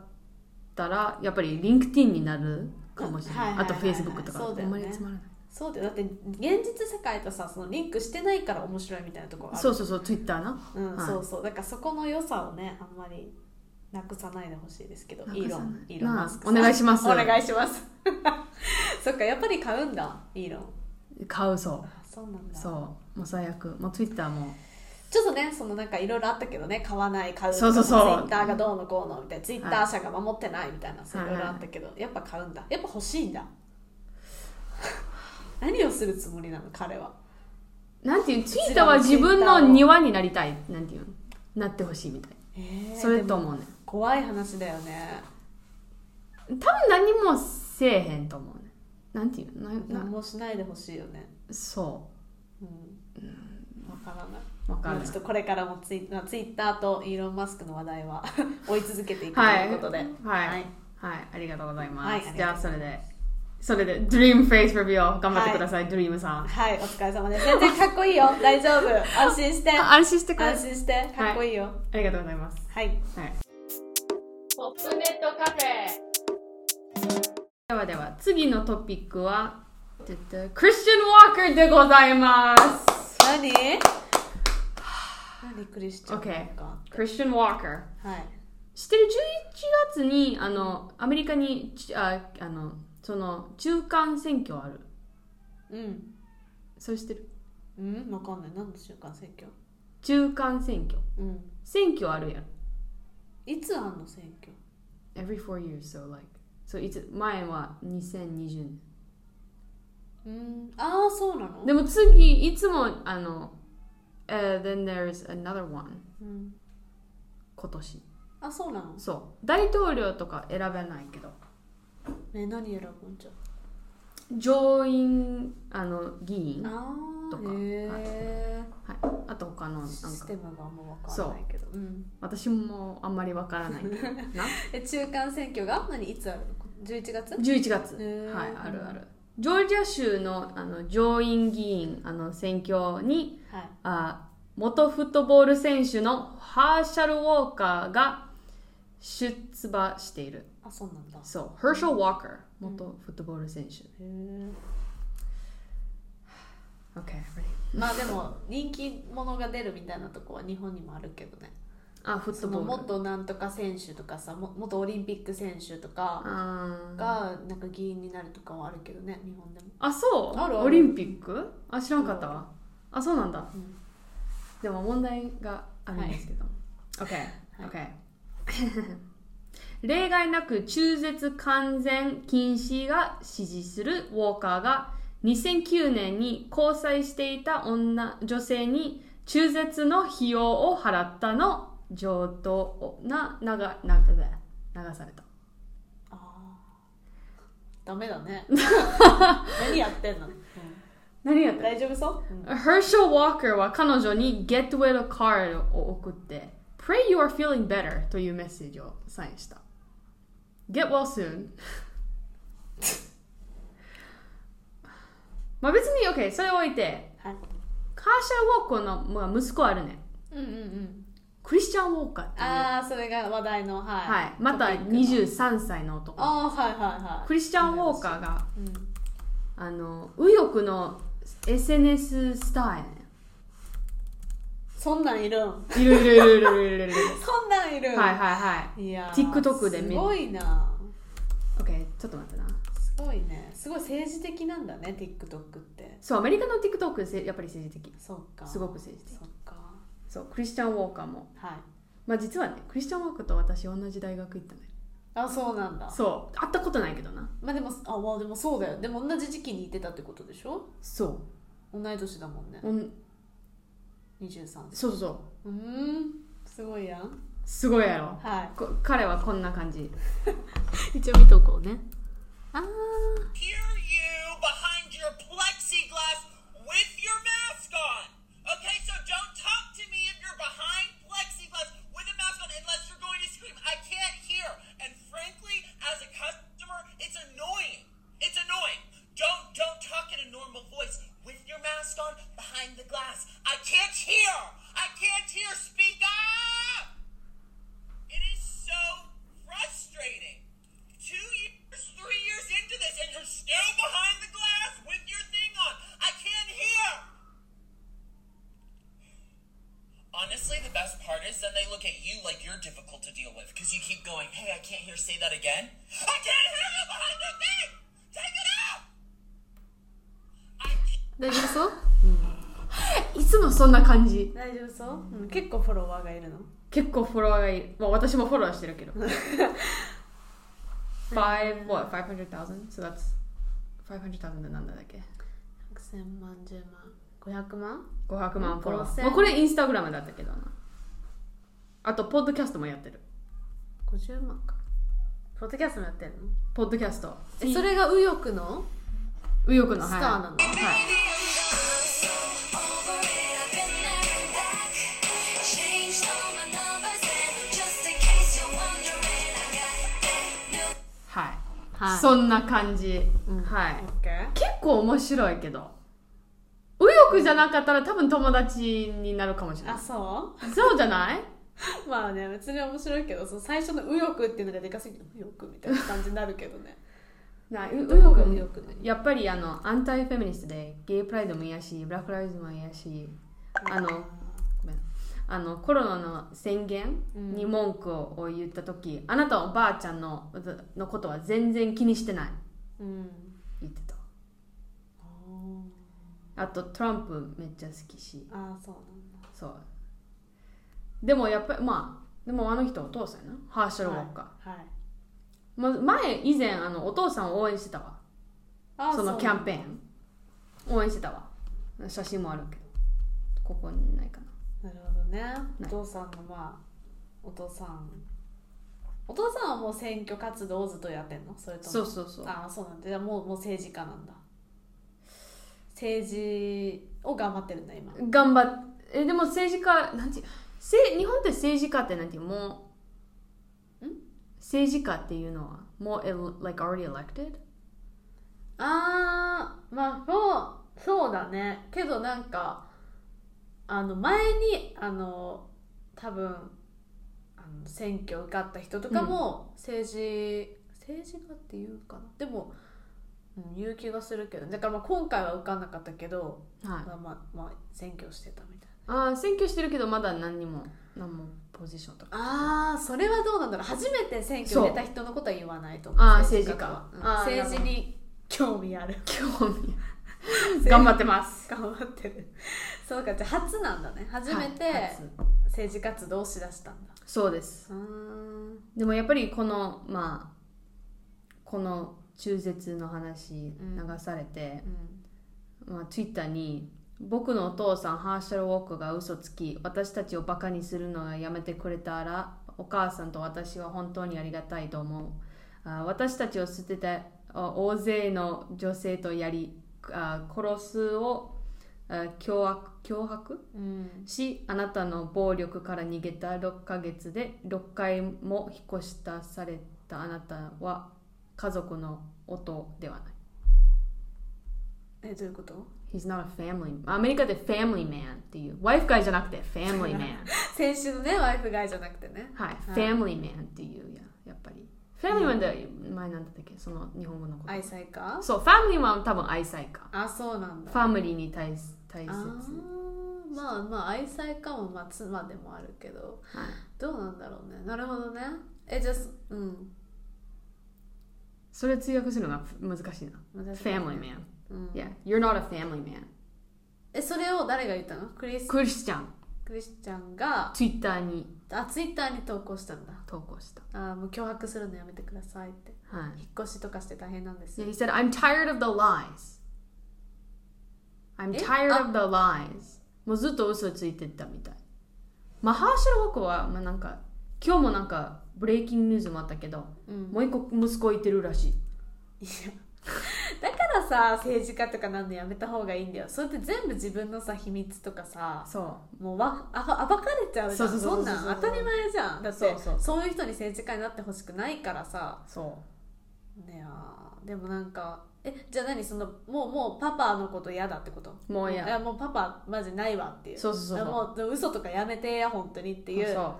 Speaker 1: たらやっぱりリンクティンになるかもしれない,、
Speaker 2: うんはいはいはいはい
Speaker 1: あとフェイスブックとか
Speaker 2: そうだ
Speaker 1: あん
Speaker 2: よね
Speaker 1: まりつまらない
Speaker 2: そうだよだって現実世界とさそのリンクしてないから面白いみたいなところある
Speaker 1: そうそうそうツイッターな
Speaker 2: う,、ん
Speaker 1: はい
Speaker 2: そうそうだからそこの良さをねあんまりなくさないでほしいですけど
Speaker 1: なく
Speaker 2: イ
Speaker 1: さ
Speaker 2: ーロ
Speaker 1: ない
Speaker 2: ンイーロン
Speaker 1: ま
Speaker 2: マ
Speaker 1: あ
Speaker 2: スク
Speaker 1: お
Speaker 2: さん
Speaker 1: 願いします
Speaker 2: お願いしますそっかやっぱり買うんだイーロン
Speaker 1: 買うそ
Speaker 2: あそうなん
Speaker 1: う
Speaker 2: だ
Speaker 1: そうもう最悪もうツイッターも
Speaker 2: ちょっとねそのなんかいろいろあったけどね買わない買う
Speaker 1: そうそうそう
Speaker 2: ツイッターがどうのこうのみたいなツイッター社が守ってないみたいなそういろいろあったけど、やっぱ買うんだやっぱ欲しいんだ 何をするつもりなの彼は
Speaker 1: なんていうツイッターは自分の庭になりたいなんていうのなってほしいみたい
Speaker 2: えー
Speaker 1: それと
Speaker 2: でも
Speaker 1: 思うね
Speaker 2: 怖い話だよね
Speaker 1: 多分何もせえへんと思うねなんていうのな
Speaker 2: 何
Speaker 1: な
Speaker 2: もしないでほしいよね
Speaker 1: そ
Speaker 2: うんわからない、
Speaker 1: うわか
Speaker 2: ま
Speaker 1: る
Speaker 2: あ、ちょっとこれからもツイまあツイッターとイーロン・マスクの話題 は追い続けていくと
Speaker 1: はい
Speaker 2: いうことで、
Speaker 1: はい
Speaker 2: はい
Speaker 1: はいありがとうございます、
Speaker 2: はいありがとう
Speaker 1: じゃあそれでそれで Dream Face Review 頑張ってください、Dream さん
Speaker 2: はいお疲れ様です全然かっこいいよ大丈夫安心して
Speaker 1: あ安心してくだ
Speaker 2: 安
Speaker 1: さい
Speaker 2: 心してかっこいいよ
Speaker 1: ありがとうございます
Speaker 2: はい、
Speaker 1: はい
Speaker 2: ポップネットカフェ
Speaker 1: ではでは次のトピックはクリスチャン・ワーカーでございます
Speaker 2: 何何クリスチャンか、
Speaker 1: クリスチャン・ワーカー
Speaker 2: はい
Speaker 1: 知ってる11月にあのアメリカにちああのその中間選挙ある
Speaker 2: うん
Speaker 1: それ知ってる
Speaker 2: うんわかんない何の週間選挙
Speaker 1: 中間選挙
Speaker 2: うん
Speaker 1: 選挙あるやん
Speaker 2: いつあんの選挙
Speaker 1: every four years so like そういつ前は2020年
Speaker 2: うんああそうなの
Speaker 1: でも次いつもあの、え then there's another one
Speaker 2: うん、
Speaker 1: 今年
Speaker 2: あそうなの
Speaker 1: そう大統領とか選べないけど
Speaker 2: え何選ぶんじゃ
Speaker 1: 上院あの議員
Speaker 2: あ
Speaker 1: と
Speaker 2: あ
Speaker 1: か
Speaker 2: へえ
Speaker 1: あと他のなん
Speaker 2: シス
Speaker 1: か
Speaker 2: テムがあんま分かんないけどう、ん、
Speaker 1: 私もあんまりわからない けどな
Speaker 2: え中間選挙が何いつあるの11月
Speaker 1: 11月、
Speaker 2: へー
Speaker 1: はいあるあるジョージア州のあの上院議員あの選挙に
Speaker 2: はい
Speaker 1: あ元フットボール選手のハーシャル・ウォーカーが出馬している
Speaker 2: あそうなんだへ
Speaker 1: そうヘーシャル・ウォーカー元フットボール選手、
Speaker 2: え
Speaker 1: OK
Speaker 2: まあでも人気者が出るみたいなとこは日本にもあるけどね
Speaker 1: あフッ
Speaker 2: そ
Speaker 1: トボ
Speaker 2: の
Speaker 1: ール
Speaker 2: 元なんとか選手とかさも元オリンピック選手とか
Speaker 1: あー
Speaker 2: がなんか議員になるとかはあるけどね日本でも
Speaker 1: あそう
Speaker 2: あるある
Speaker 1: オリンピックあ知らんかったわあそうなんだ、
Speaker 2: うん
Speaker 1: でも問題があるんですけど、OK、OK 例外なく中絶完全禁止が支持するウォーカーが2009年に交際していた女女性に中絶の費用を払ったの上等な流流流された
Speaker 2: あーダメだ ね何やってんの、
Speaker 1: 何やった
Speaker 2: 大丈夫そう、
Speaker 1: Herschel Walker は彼女に Get Well a Card を送って Pray you are feeling better というメッセージをサインした Get well soon まあ別に OK それを置いて
Speaker 2: はい
Speaker 1: カーシャー・ウォーカーの、まあ、息子あるね
Speaker 2: うんうんうん
Speaker 1: クリスチャン・ウォーカーっていう
Speaker 2: ああそれが話題のはい、
Speaker 1: はい、また
Speaker 2: トピックの
Speaker 1: 23歳の男
Speaker 2: ああはいはいはい
Speaker 1: クリスチャン・ウォーカーが
Speaker 2: うん
Speaker 1: あの右翼の SNS スターやね
Speaker 2: そんなんいるん
Speaker 1: いるいるいるいるいるいるいる
Speaker 2: そんなんいるん、
Speaker 1: はいはいはい
Speaker 2: い、やー
Speaker 1: TikTok です見る
Speaker 2: ごいな
Speaker 1: OK ちょっと待ってな
Speaker 2: すごいねすごい政治的なんだね TikTok って
Speaker 1: そうアメリカの TikTok せやっぱり政治的
Speaker 2: そうか
Speaker 1: すごく政治的
Speaker 2: そうか
Speaker 1: そうクリスチャン・ウォーカーも
Speaker 2: はい
Speaker 1: まあ実はねクリスチャン・ウォーカーと私同じ大学行ったね
Speaker 2: あそうなんだ
Speaker 1: そう会ったことないけどな
Speaker 2: まあでもあまあでもそうだよでも同じ時期にいてたってことでしょ
Speaker 1: そ
Speaker 2: 同い年だもんね
Speaker 1: うおん
Speaker 2: 23歳
Speaker 1: そうそうそう
Speaker 2: うーんすごいやん
Speaker 1: すごいやろ
Speaker 2: は
Speaker 1: こ彼はこんな感じ
Speaker 2: い 一応見とこうねあー
Speaker 3: hear you behind your plexiglass with your mask on. Okay, so don't talk to me if you're behind plexiglass with a mask. say that again? I can't hear you behind your thing! Take it out! I can't.
Speaker 1: 大丈夫そう、いつもそんな感じ
Speaker 2: 大丈夫そう、うん、結構フォロワーがいるの
Speaker 1: 結構フォロワーがいる、まあ、私もフォローして るけど5 what 500,000 so that's 500,000ってなんだっけ
Speaker 2: 100万10万500万
Speaker 1: 500万フォロワ
Speaker 2: 5000
Speaker 1: ー、まあ、これインスタグラムだったけどなあとポッドキャストもやってる
Speaker 2: 50万かポッドキャストもやってるの
Speaker 1: ポッドキャスト
Speaker 2: えそれが右翼の
Speaker 1: 右翼の
Speaker 2: スターなの、
Speaker 1: は
Speaker 2: はい、
Speaker 4: Changed all my numbers and just in case you're wondering, I got that new
Speaker 1: い、はい
Speaker 2: はい
Speaker 1: そんな感じ、はい
Speaker 2: オッケー
Speaker 1: 結構面白いけど右翼じゃなかったら多分友達になるかもしれない
Speaker 2: あそ
Speaker 1: そうじゃない う
Speaker 2: まあね別に面白いけどその最初の右翼っていうのがでかすぎて右翼みたいな感じになるけどね
Speaker 1: な右
Speaker 2: どこが
Speaker 1: 翼
Speaker 2: 右翼なの
Speaker 1: やっぱりあのアンタイフェミニストでゲイプライドも嫌しブラックライズも嫌しあのごめんあのコロナの宣言に文句を言った時、あなたはおばあちゃんののことは全然気にしてない
Speaker 2: うん
Speaker 1: 言ってたあとトランプめっちゃ好きし
Speaker 2: ああそうなんだ
Speaker 1: そうでもやっぱりまあでもあの人お父さんやなハーシャル・ウォッカー、
Speaker 2: はい、はい
Speaker 1: ま、前以前あのお父さんを応援してたわ
Speaker 2: あー
Speaker 1: そのキャン
Speaker 2: ペ
Speaker 1: ペーン応援してたわ写真もあるけどここにないかな
Speaker 2: ーンなるほどねお父さんのまあお父さんお父さんはもう選挙活動をずっとやってんのそれとも
Speaker 1: そうそうそう
Speaker 2: ああそうなんだじゃあもうもう政治家なんだ政治を頑張ってるんだ今
Speaker 1: 頑張っえでも政治家なんていうせ日本って政治家ってなんていうもうん政治家っていうのはもう el- like already elected
Speaker 2: あーまあそうそうだねけどなんかあの前にあの多分あの選挙受かった人とかも政治、政治家っていうかなでも、うん、言う気がするけどだからまあ今回は受かんなかったけど、
Speaker 1: はい
Speaker 2: まあまあまあ選挙してたみたいな
Speaker 1: あー選挙してるけどまだ何にも何もポジションとか
Speaker 2: ああそれはどうなんだろう初めて選挙
Speaker 1: そう
Speaker 2: 出た人のことは言わないと思う
Speaker 1: あー
Speaker 2: は
Speaker 1: 政治家あー
Speaker 2: うん政治に興味ある
Speaker 1: 興味頑張ってます
Speaker 2: 頑張ってる そうかじゃあ初なんだね初めて
Speaker 1: はい初
Speaker 2: 政治活動をしだしたんだ、
Speaker 1: そうです
Speaker 2: うーん
Speaker 1: でもやっぱりこのまあこの中絶の話流されて、まあ、ツイッターに「僕のお父さんハーシャル・ウォークが嘘つき私たちをバカにするのがやめてくれたらお母さんと私は本当にありがたいと思うあ私たちを捨ててあ大勢の女性とやりあ殺すをあ脅迫脅迫
Speaker 2: うん
Speaker 1: しあなたの暴力から逃げた6ヶ月で6回も引っ越したされたあなたは家族の音ではない。
Speaker 2: えどういうこと
Speaker 1: He's not a family アメリカで family man っていう wife guy じゃなく て family man
Speaker 2: 先週のねワイフガイじゃなくてね
Speaker 1: はい family man っていうややっぱり family man で前なんだったっけその日本語のこと
Speaker 2: 愛妻家
Speaker 1: そう family man は多分愛妻家
Speaker 2: あそうなんだ
Speaker 1: ファミリーに対す大切
Speaker 2: あーまあまあ愛妻家もまあ妻でもあるけど
Speaker 1: はい
Speaker 2: どうなんだろうねなるほどねえじゃあすうん
Speaker 1: それ通訳するのが難しいな
Speaker 2: 難しい
Speaker 1: family man
Speaker 2: うん
Speaker 1: yeah you're not a family man
Speaker 2: えそれを誰が言ったのクリス
Speaker 1: クリスチャン
Speaker 2: クリスチャンが
Speaker 1: Twitter に
Speaker 2: あツイッターに投稿したんだ
Speaker 1: 投稿した
Speaker 2: あもう脅迫するのやめてくださいって
Speaker 1: はい
Speaker 2: 引っ越しとかして大変なんですよ
Speaker 1: Yeah, he said, I'm tired of the lies. I'm
Speaker 2: え
Speaker 1: tired of the lies. もうずっと嘘ついてたみたい。まあ、ハーシャル・ウォークは、まあ、なんか、今日もなんか、ブレイキングニュースもあったけど、
Speaker 2: うん
Speaker 1: もう一個息子いてるらしい。
Speaker 2: いやだからさ政治家とかなんのやめた方がいいんだよそれって全部自分のさ秘密とかさ
Speaker 1: そ
Speaker 2: もうわあ暴かれちゃうじゃん
Speaker 1: そうそう
Speaker 2: そ
Speaker 1: そ
Speaker 2: ん
Speaker 1: うそうそう
Speaker 2: なん当たり前じゃんだって
Speaker 1: そうそう
Speaker 2: そういう人に政治家になってほしくないからさ
Speaker 1: う。そ
Speaker 2: ねやでもなんかえじゃあ何そのもうもうパパのこと嫌だってこと
Speaker 1: もう嫌
Speaker 2: いやもうパパマジないわっていう
Speaker 1: そうそうそうそう
Speaker 2: もう嘘とかやめてや本当にって
Speaker 1: う。
Speaker 2: いう
Speaker 1: そ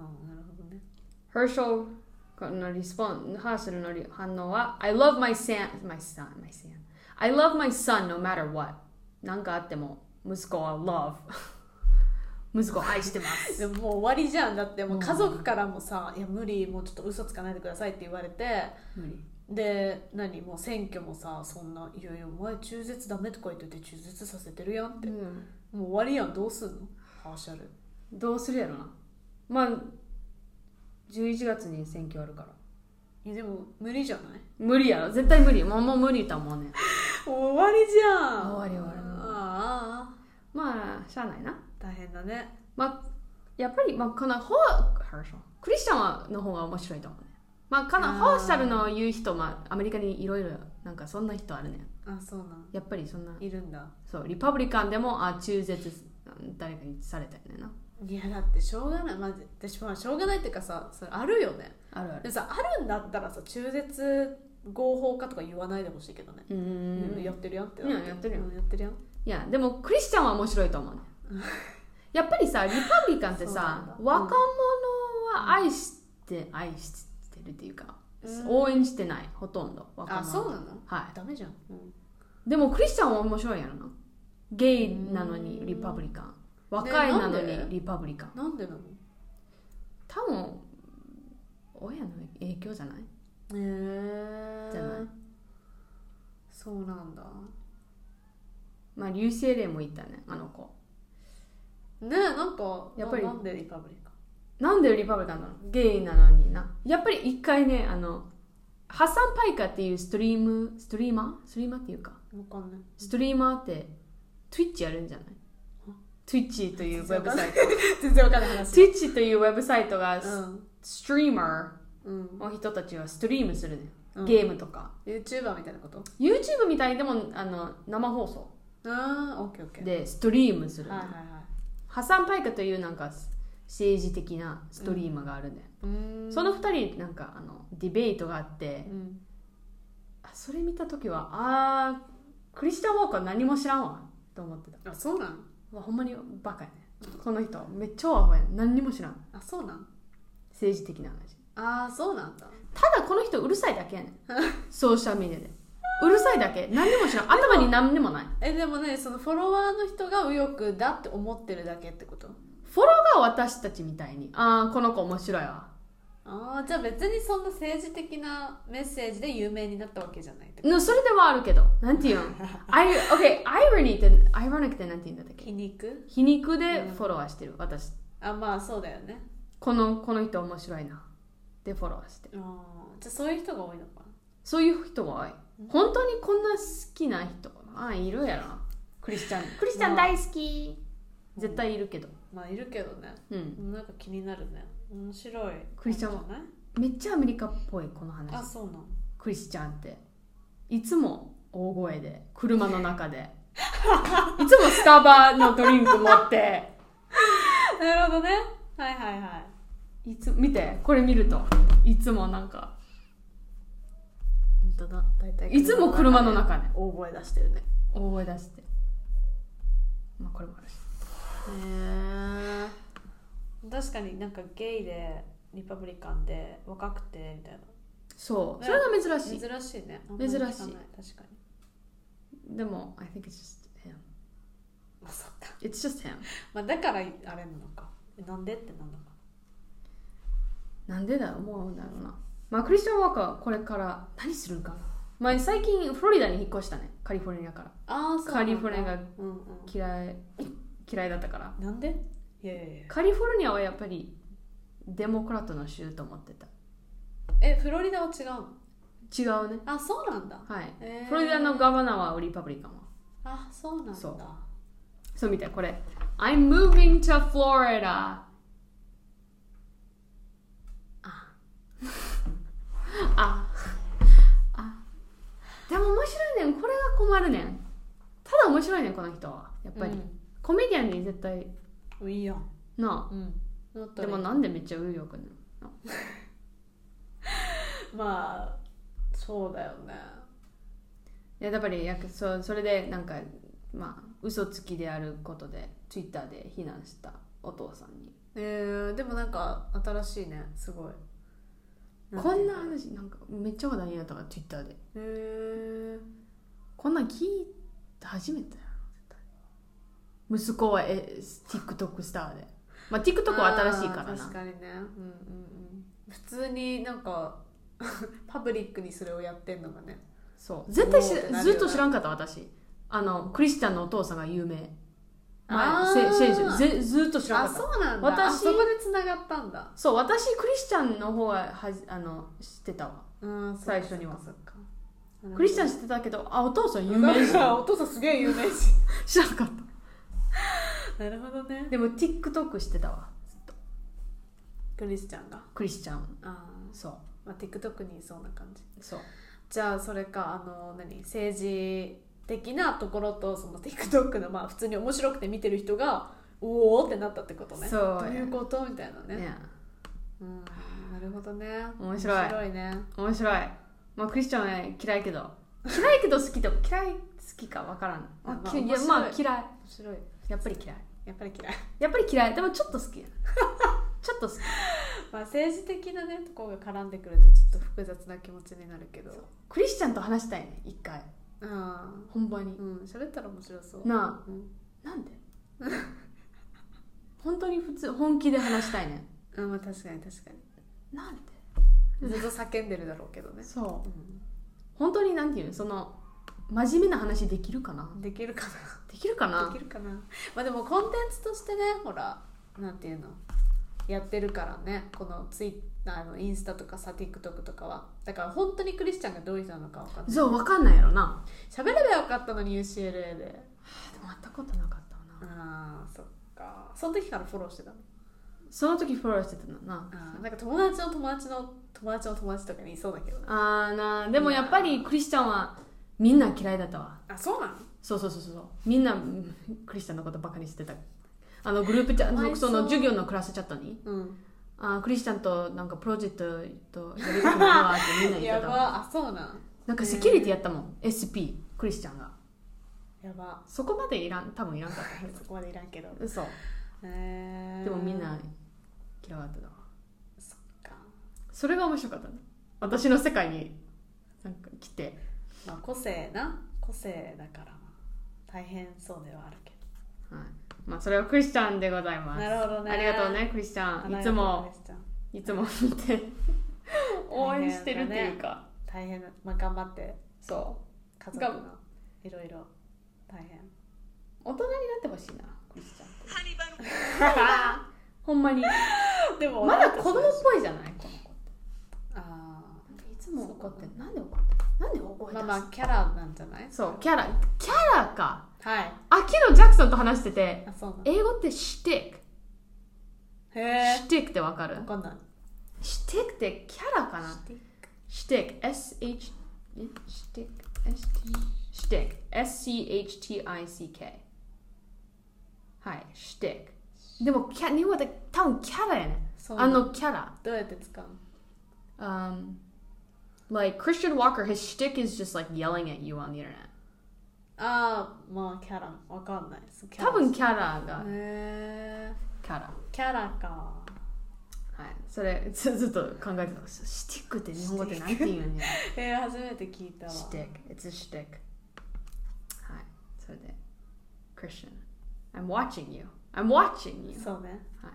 Speaker 2: うんなるほどね
Speaker 1: ヘルショーのリスポン、ハーシャルのリ反応は、I love my son, my son, my son. I love my son no matter what. なんかあっても、息子は love. 息子を愛してます
Speaker 2: でももう終わりじゃんだってもう家族からもさ「いや無理もうちょっと嘘つかないでください」って言われて
Speaker 1: 無理
Speaker 2: で何もう選挙もさそんな「いやいやお前中絶ダメ」とか言ってて中絶させてるやんって、
Speaker 1: うん
Speaker 2: もう終わりやんどうすんのパーシャル
Speaker 1: どうするやろなまあ11月に選挙あるから
Speaker 2: いやでも無理じゃない
Speaker 1: 無理やろ絶対無理もうもう無理だもんね
Speaker 2: 終わりじゃん
Speaker 1: 終わり終わり
Speaker 2: ああ
Speaker 1: まあしゃあないな
Speaker 2: 大変だね
Speaker 1: まあやっぱりまあこのホクリスチャンの方が面白いと思うねまあこのホーシャルの言う人まあアメリカにいろいろなんかそんな人あるね
Speaker 2: あそうなん
Speaker 1: やっぱりそんない
Speaker 2: るんだ
Speaker 1: そうリパブリカンでもあ中絶誰かにされたよねんない
Speaker 2: やだってしょうがないまず私まあしょうがないっていうかさそれあるよね
Speaker 1: あるあ
Speaker 2: で
Speaker 1: る
Speaker 2: さあるんだったらさ中絶合法化とか言わないでほしいけどね、
Speaker 1: う
Speaker 2: うんんやってるやんって
Speaker 1: うんやってるやん
Speaker 2: うやってるやん
Speaker 1: いやでもクリスチャンは面白いと思うね やっぱりさリパブリカンって
Speaker 2: そうなんだ
Speaker 1: さ
Speaker 2: うん
Speaker 1: 若者は愛して愛してるっていうか、
Speaker 2: うん
Speaker 1: 応援してないほとんど若者
Speaker 2: あそうなの
Speaker 1: は
Speaker 2: ダメじゃん、うん
Speaker 1: いでもクリスチャンは面白いやろなゲイなのにリパブリカン若いなの
Speaker 2: ねな
Speaker 1: に
Speaker 2: んで
Speaker 1: リパブリカン、
Speaker 2: なんでなの
Speaker 1: 多分親の影響じゃな
Speaker 2: へ
Speaker 1: い
Speaker 2: え
Speaker 1: じゃない
Speaker 2: そうなんだ
Speaker 1: まあ流星霊もいたねあの子
Speaker 2: ねえなんか
Speaker 1: やっぱり
Speaker 2: ななんでリパブリカ
Speaker 1: なんでリパブリカンなのゲイなのにな。やっぱり一回ね、あの、ハッサン・パイカっていうストリーム、ストリーマーストリーマーっていうか、
Speaker 2: わかんない
Speaker 1: ストリーマーって、Twitch やるんじゃない ?Twitch というウェブサイト。
Speaker 2: 全然わかんない 話
Speaker 1: Twitch というウェブサイトが、
Speaker 2: うん
Speaker 1: ストリーマ
Speaker 2: うん
Speaker 1: ーの人たちはストリームするね。
Speaker 2: うん
Speaker 1: ゲームとか。
Speaker 2: YouTuber みたいなこと
Speaker 1: YouTube みたいにでも、あの、生放送
Speaker 2: ああオッケーオッケー
Speaker 1: でストリームする、ね
Speaker 2: はいはいはい
Speaker 1: ハッサン・パイカというなんか、政治的なストリーマーがあるね。
Speaker 2: うーん
Speaker 1: その二人、なんか、あの、ディベートがあって、
Speaker 2: うん
Speaker 1: あそれ見た時はあークリスチャン・ウォーカー何も知らんわと思ってた
Speaker 2: あそうなん
Speaker 1: うわほんまにバカやねこの人めっちゃアホやね何にも知らん
Speaker 2: あそうなん
Speaker 1: 政治的な話
Speaker 2: ああそうなんだ
Speaker 1: ただこの人うるさいだけ やねんソーシャルメディアでうるさいだけ何にも知らん頭に何にもない
Speaker 2: えでもねそのフォロワーの人が右翼だって思ってるだけってこと
Speaker 1: フォローが私たちみたいにああこの子面白いわ
Speaker 2: ああじゃあ別にそんな政治的なメッセージで有名になったわけじゃないってこと
Speaker 1: のそれではあるけどなんて言うん I, OK アイロニーってアイロニックってなんて言うんだったっけ
Speaker 2: 皮肉
Speaker 1: 皮肉でフォローしてる私
Speaker 2: あまあそうだよね
Speaker 1: このこの人面白いなでフォローしてる
Speaker 2: あーじゃあそういう人が多いのか
Speaker 1: そういう人が多い本当にこんな好きな人あいるやろクリスチャンクリスチャン大好き、絶対いるけど、
Speaker 2: なまあいるけどね
Speaker 1: うん、
Speaker 2: なんか気になるね面白い
Speaker 1: クリスチャン
Speaker 2: じ
Speaker 1: は
Speaker 2: ゃない
Speaker 1: めっちゃアメリカっぽいこの
Speaker 2: あ
Speaker 1: 話
Speaker 2: そうなん
Speaker 1: クリスチャンっていつも大声で車の中でいつもスタバのドリンク持って
Speaker 2: なるほどねはいはいはい
Speaker 1: いつ見てこれ見るといつもなんか
Speaker 2: 本当だ大体
Speaker 1: いつも車の中で
Speaker 2: 大声出してるね
Speaker 1: 大声出してまあこれもあるし
Speaker 2: へえ確かになんかゲイでリパブリカンで若くてみたいな
Speaker 1: そうそれが珍しい
Speaker 2: 珍しいねあんま
Speaker 1: 珍
Speaker 2: り
Speaker 1: しい
Speaker 2: 聞かない確かに
Speaker 1: でも I think it's just him
Speaker 2: まあそっか、
Speaker 1: it's just him
Speaker 2: まあ、だからあれなのかえなんでってなんだか
Speaker 1: なんでだろう思うんだろうな。まあ、クリスチャン・ワーカーはこれから何するんかな。まあ、最近フロリダに引っ越したね。カリフォルニアから。
Speaker 2: ああそう
Speaker 1: カリフォルニアが
Speaker 2: うんうん
Speaker 1: 嫌い、嫌いだったから。
Speaker 2: なんでいやいやいや
Speaker 1: カリフォルニアはやっぱりデモクラットの州と思ってた。
Speaker 2: えフロリダは違うの
Speaker 1: 違うね。
Speaker 2: あそうなんだ
Speaker 1: はい。
Speaker 2: へー
Speaker 1: フロリダのガバナーはリパブリカンは。
Speaker 2: あそうなんだ
Speaker 1: そうそうみたい、これ。I'm moving to Florida. あ。あ。あ。でも面白いねん。これが困るねん。ただ面白いねん、この人は。やっぱり。
Speaker 2: う
Speaker 1: コメディアンに絶対。
Speaker 2: ん、いいやん
Speaker 1: な
Speaker 2: うんなっ
Speaker 1: あ。
Speaker 2: た
Speaker 1: で
Speaker 2: らいい
Speaker 1: もなんでめっちゃ右翼なの
Speaker 2: まあそうだよね
Speaker 1: いややっぱりやくそうそれでなんかまあ嘘つきであることでツイッターで非難したお父さんに
Speaker 2: えー、でもなんか新しいねすごい
Speaker 1: こんな話なんかめっちゃ話題になったからツイッターで
Speaker 2: へえ
Speaker 1: こんなん聞いて初めてやろ絶対息子はえ TikTok スターで、まあ、TikTok は新しいから
Speaker 2: あー
Speaker 1: な
Speaker 2: 確かにねうんうんうん普通になんか パブリックにそれをやってんのがね
Speaker 1: そう絶対し
Speaker 2: おーってなるよね
Speaker 1: ずっと知らんかった私あのクリスチャンのお父さんが有名
Speaker 2: あ
Speaker 1: 前
Speaker 2: ー
Speaker 1: せ選手ぜずっと知ら
Speaker 2: あ
Speaker 1: んかった
Speaker 2: そうなんだ
Speaker 1: 私
Speaker 2: あそこでつながったんだ
Speaker 1: そう私クリスチャンの方ははじあの知ってたわ
Speaker 2: うん
Speaker 1: 最初には
Speaker 2: そっか
Speaker 1: クリスチャン
Speaker 2: ン
Speaker 1: 知ってたけどあお父さん有 名人
Speaker 2: お父さんすげえ有名 人
Speaker 1: 知らんかった
Speaker 2: なるほどね
Speaker 1: でも TikTok 知ってたわ
Speaker 2: クリスチャンが
Speaker 1: クリスチャン
Speaker 2: あー、
Speaker 1: そう
Speaker 2: まあ、TikTok にいそうな感じ
Speaker 1: そう
Speaker 2: じゃあそれかあの何政治的なところとその TikTok のまあ普通に面白くて見てる人がおおってなったってことね
Speaker 1: そう
Speaker 2: どういうことみたいなね
Speaker 1: ね
Speaker 2: うんなるほどね
Speaker 1: 面白い
Speaker 2: 面白いね
Speaker 1: 面白いまあクリスチャンはね嫌いけど嫌いけど好きでも嫌い好きかわからん
Speaker 2: まあ
Speaker 1: あきい
Speaker 2: 面
Speaker 1: や
Speaker 2: 白い
Speaker 1: まあ嫌い
Speaker 2: 面白い
Speaker 1: やっぱり嫌い
Speaker 2: やっぱり嫌い
Speaker 1: やっぱり嫌いでもちょっと好きやちょっと好き
Speaker 2: まあ政治的なねところが絡んでくるとちょっと複雑な気持ちになるけど
Speaker 1: クリスチャンと話したいね一回
Speaker 2: ああ
Speaker 1: ほんまに
Speaker 2: うん喋ったら面白そう
Speaker 1: なあ
Speaker 2: うん
Speaker 1: なん で本当に普通本気で話したいね
Speaker 2: うんまあ確かに確か
Speaker 1: なんで
Speaker 2: にずっと叫んでるだろうけどね、、
Speaker 1: そう本当になんていうのその真面目な話できるかなん
Speaker 2: できるかな
Speaker 1: できるかな
Speaker 2: できるかなまあでもコンテンツとしてねほらなんていうのやってるからねこのツイッターのインスタとかさ TikTok とかはだから本当にクリスチャンがどういう人なのか分かんない
Speaker 1: そうわかんないやろな
Speaker 2: 喋ればよかったのに UCLA で
Speaker 1: でも会ったことなかったわな
Speaker 2: ああそっかその時からフォローしてたの
Speaker 1: その時フォローしてたのな
Speaker 2: あーなんか友達の友達の友達の友達とかにいそうだけどね
Speaker 1: あーなでもやっぱりクリスチャンはみんな嫌いだったわ
Speaker 2: あそうなの
Speaker 1: そうそうそうそうみんなうんクリスチャンのことバカにしてたあのグループチャ
Speaker 2: かわい
Speaker 1: ッ
Speaker 2: そ
Speaker 1: ト
Speaker 2: う
Speaker 1: の授業のクラスチャットに
Speaker 2: うん
Speaker 1: あークリスチャンとなんかプロジェクトとやりたくないわってみんな言っ
Speaker 2: や
Speaker 1: てたわ
Speaker 2: ばあそうなん
Speaker 1: なんかセキュリティやったもん SP クリスチャンが
Speaker 2: やば
Speaker 1: そこまでいらん多分いらんかったけど
Speaker 2: そこまでいらんけど
Speaker 1: 嘘
Speaker 2: へえ
Speaker 1: でもみんな嫌われてたわ
Speaker 2: そっか
Speaker 1: それが面白かったね私の世界になんか来て
Speaker 2: まあ個性な個性だからまあ大変そうではあるけど
Speaker 1: はいまあそれはクリスチャンでございます
Speaker 2: なるほどね
Speaker 1: ありがとうねクリスチャンいつもいつも 見て応援してるっていうか、
Speaker 2: 大変だまあ頑張って
Speaker 1: そ
Speaker 2: 家族
Speaker 1: が
Speaker 2: のいろいろ大変
Speaker 1: う大人になってほしいなクリスチャンって
Speaker 3: ハニバル
Speaker 1: ほんまに
Speaker 2: でも
Speaker 1: まだ子供っぽいじゃないこの子って
Speaker 2: あー
Speaker 1: なんかいつも怒ってるなんで怒ってるなんで怒って
Speaker 2: まあ
Speaker 1: る、
Speaker 2: まあキャラなんじゃない
Speaker 1: そうキャラキャラか
Speaker 2: はい
Speaker 1: あ昨日ジャクソンと話してて
Speaker 2: あそうなん
Speaker 1: 英語ってシテ
Speaker 2: へ
Speaker 1: ク
Speaker 2: え
Speaker 1: シテクってわかる
Speaker 2: 分かんない
Speaker 1: シテクってキャラかな
Speaker 2: テク
Speaker 1: シテク SH えシテク ST シテク SCHTICK はいシテクでもキャ日本語で多分キャラやね
Speaker 2: そう
Speaker 1: あのキャラ
Speaker 2: どうやって使うの
Speaker 1: Uh, um like Christian Walker his shtick is just like yelling at you on the internet
Speaker 2: ああまあキャラ分かんないそうキャラ
Speaker 1: 多分キャラが
Speaker 2: へえ
Speaker 1: キャラ
Speaker 2: キャラか
Speaker 1: はいそ れずずっと考えてたシティックって日本語ってなんて言うんや
Speaker 2: えー、初めて聞いたわ
Speaker 1: シティック it's a shtick はいそれで Christian I'm watching you I'm watching you
Speaker 2: そうね
Speaker 1: はい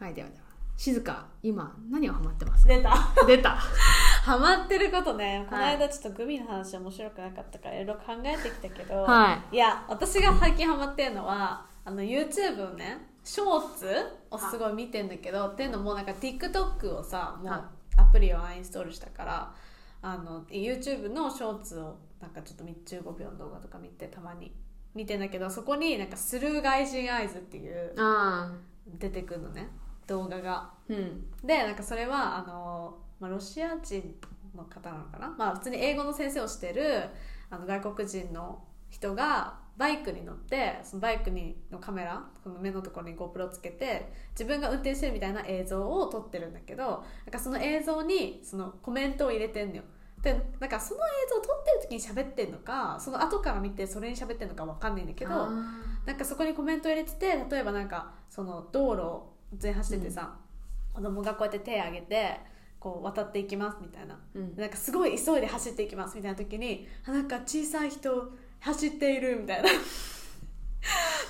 Speaker 1: はいではでは静か今何をハマってます
Speaker 2: 出た
Speaker 1: 出 た
Speaker 2: ハマってることねこの間ちょっとグミの話面白くなかったからいろいろ考えてきたけど、、
Speaker 1: はい
Speaker 2: や私が最近ハマってるのはあの YouTube をねショーツをすごい見てんだけどっていうのもなんか TikTok をさも
Speaker 1: はいう
Speaker 2: アプリをアンインストールしたからあの YouTube のショーツをなんかちょっと15秒の動画とか見てたまに見てんだけどそこになんかスルー外人アイズっていう
Speaker 1: あ
Speaker 2: 出てくるのね動画が。
Speaker 1: ーうん
Speaker 2: でなんかそれはあの、まあ、ロシア人の方なのかな、まあ、普通に英語の先生をしてるあの外国人の人がバイクに乗ってそのバイクにのカメラこの目のところに GoPro つけて自分が運転してるみたいな映像を撮ってるんだけどなんかその映像にそのコメントを入れてんのよ。でなんかその映像を撮ってる時に喋ってんのかその後から見てそれに喋ってんのかわかんないんだけど。なんかそこにコメントを入れてて例えばなんかその道路を全走っててさ、子供がこうやって手を挙げてこう渡っていきますみたいな、
Speaker 1: うん
Speaker 2: なんかすごい急いで走っていきますみたいな時にあなんか小さい人走っているみたいな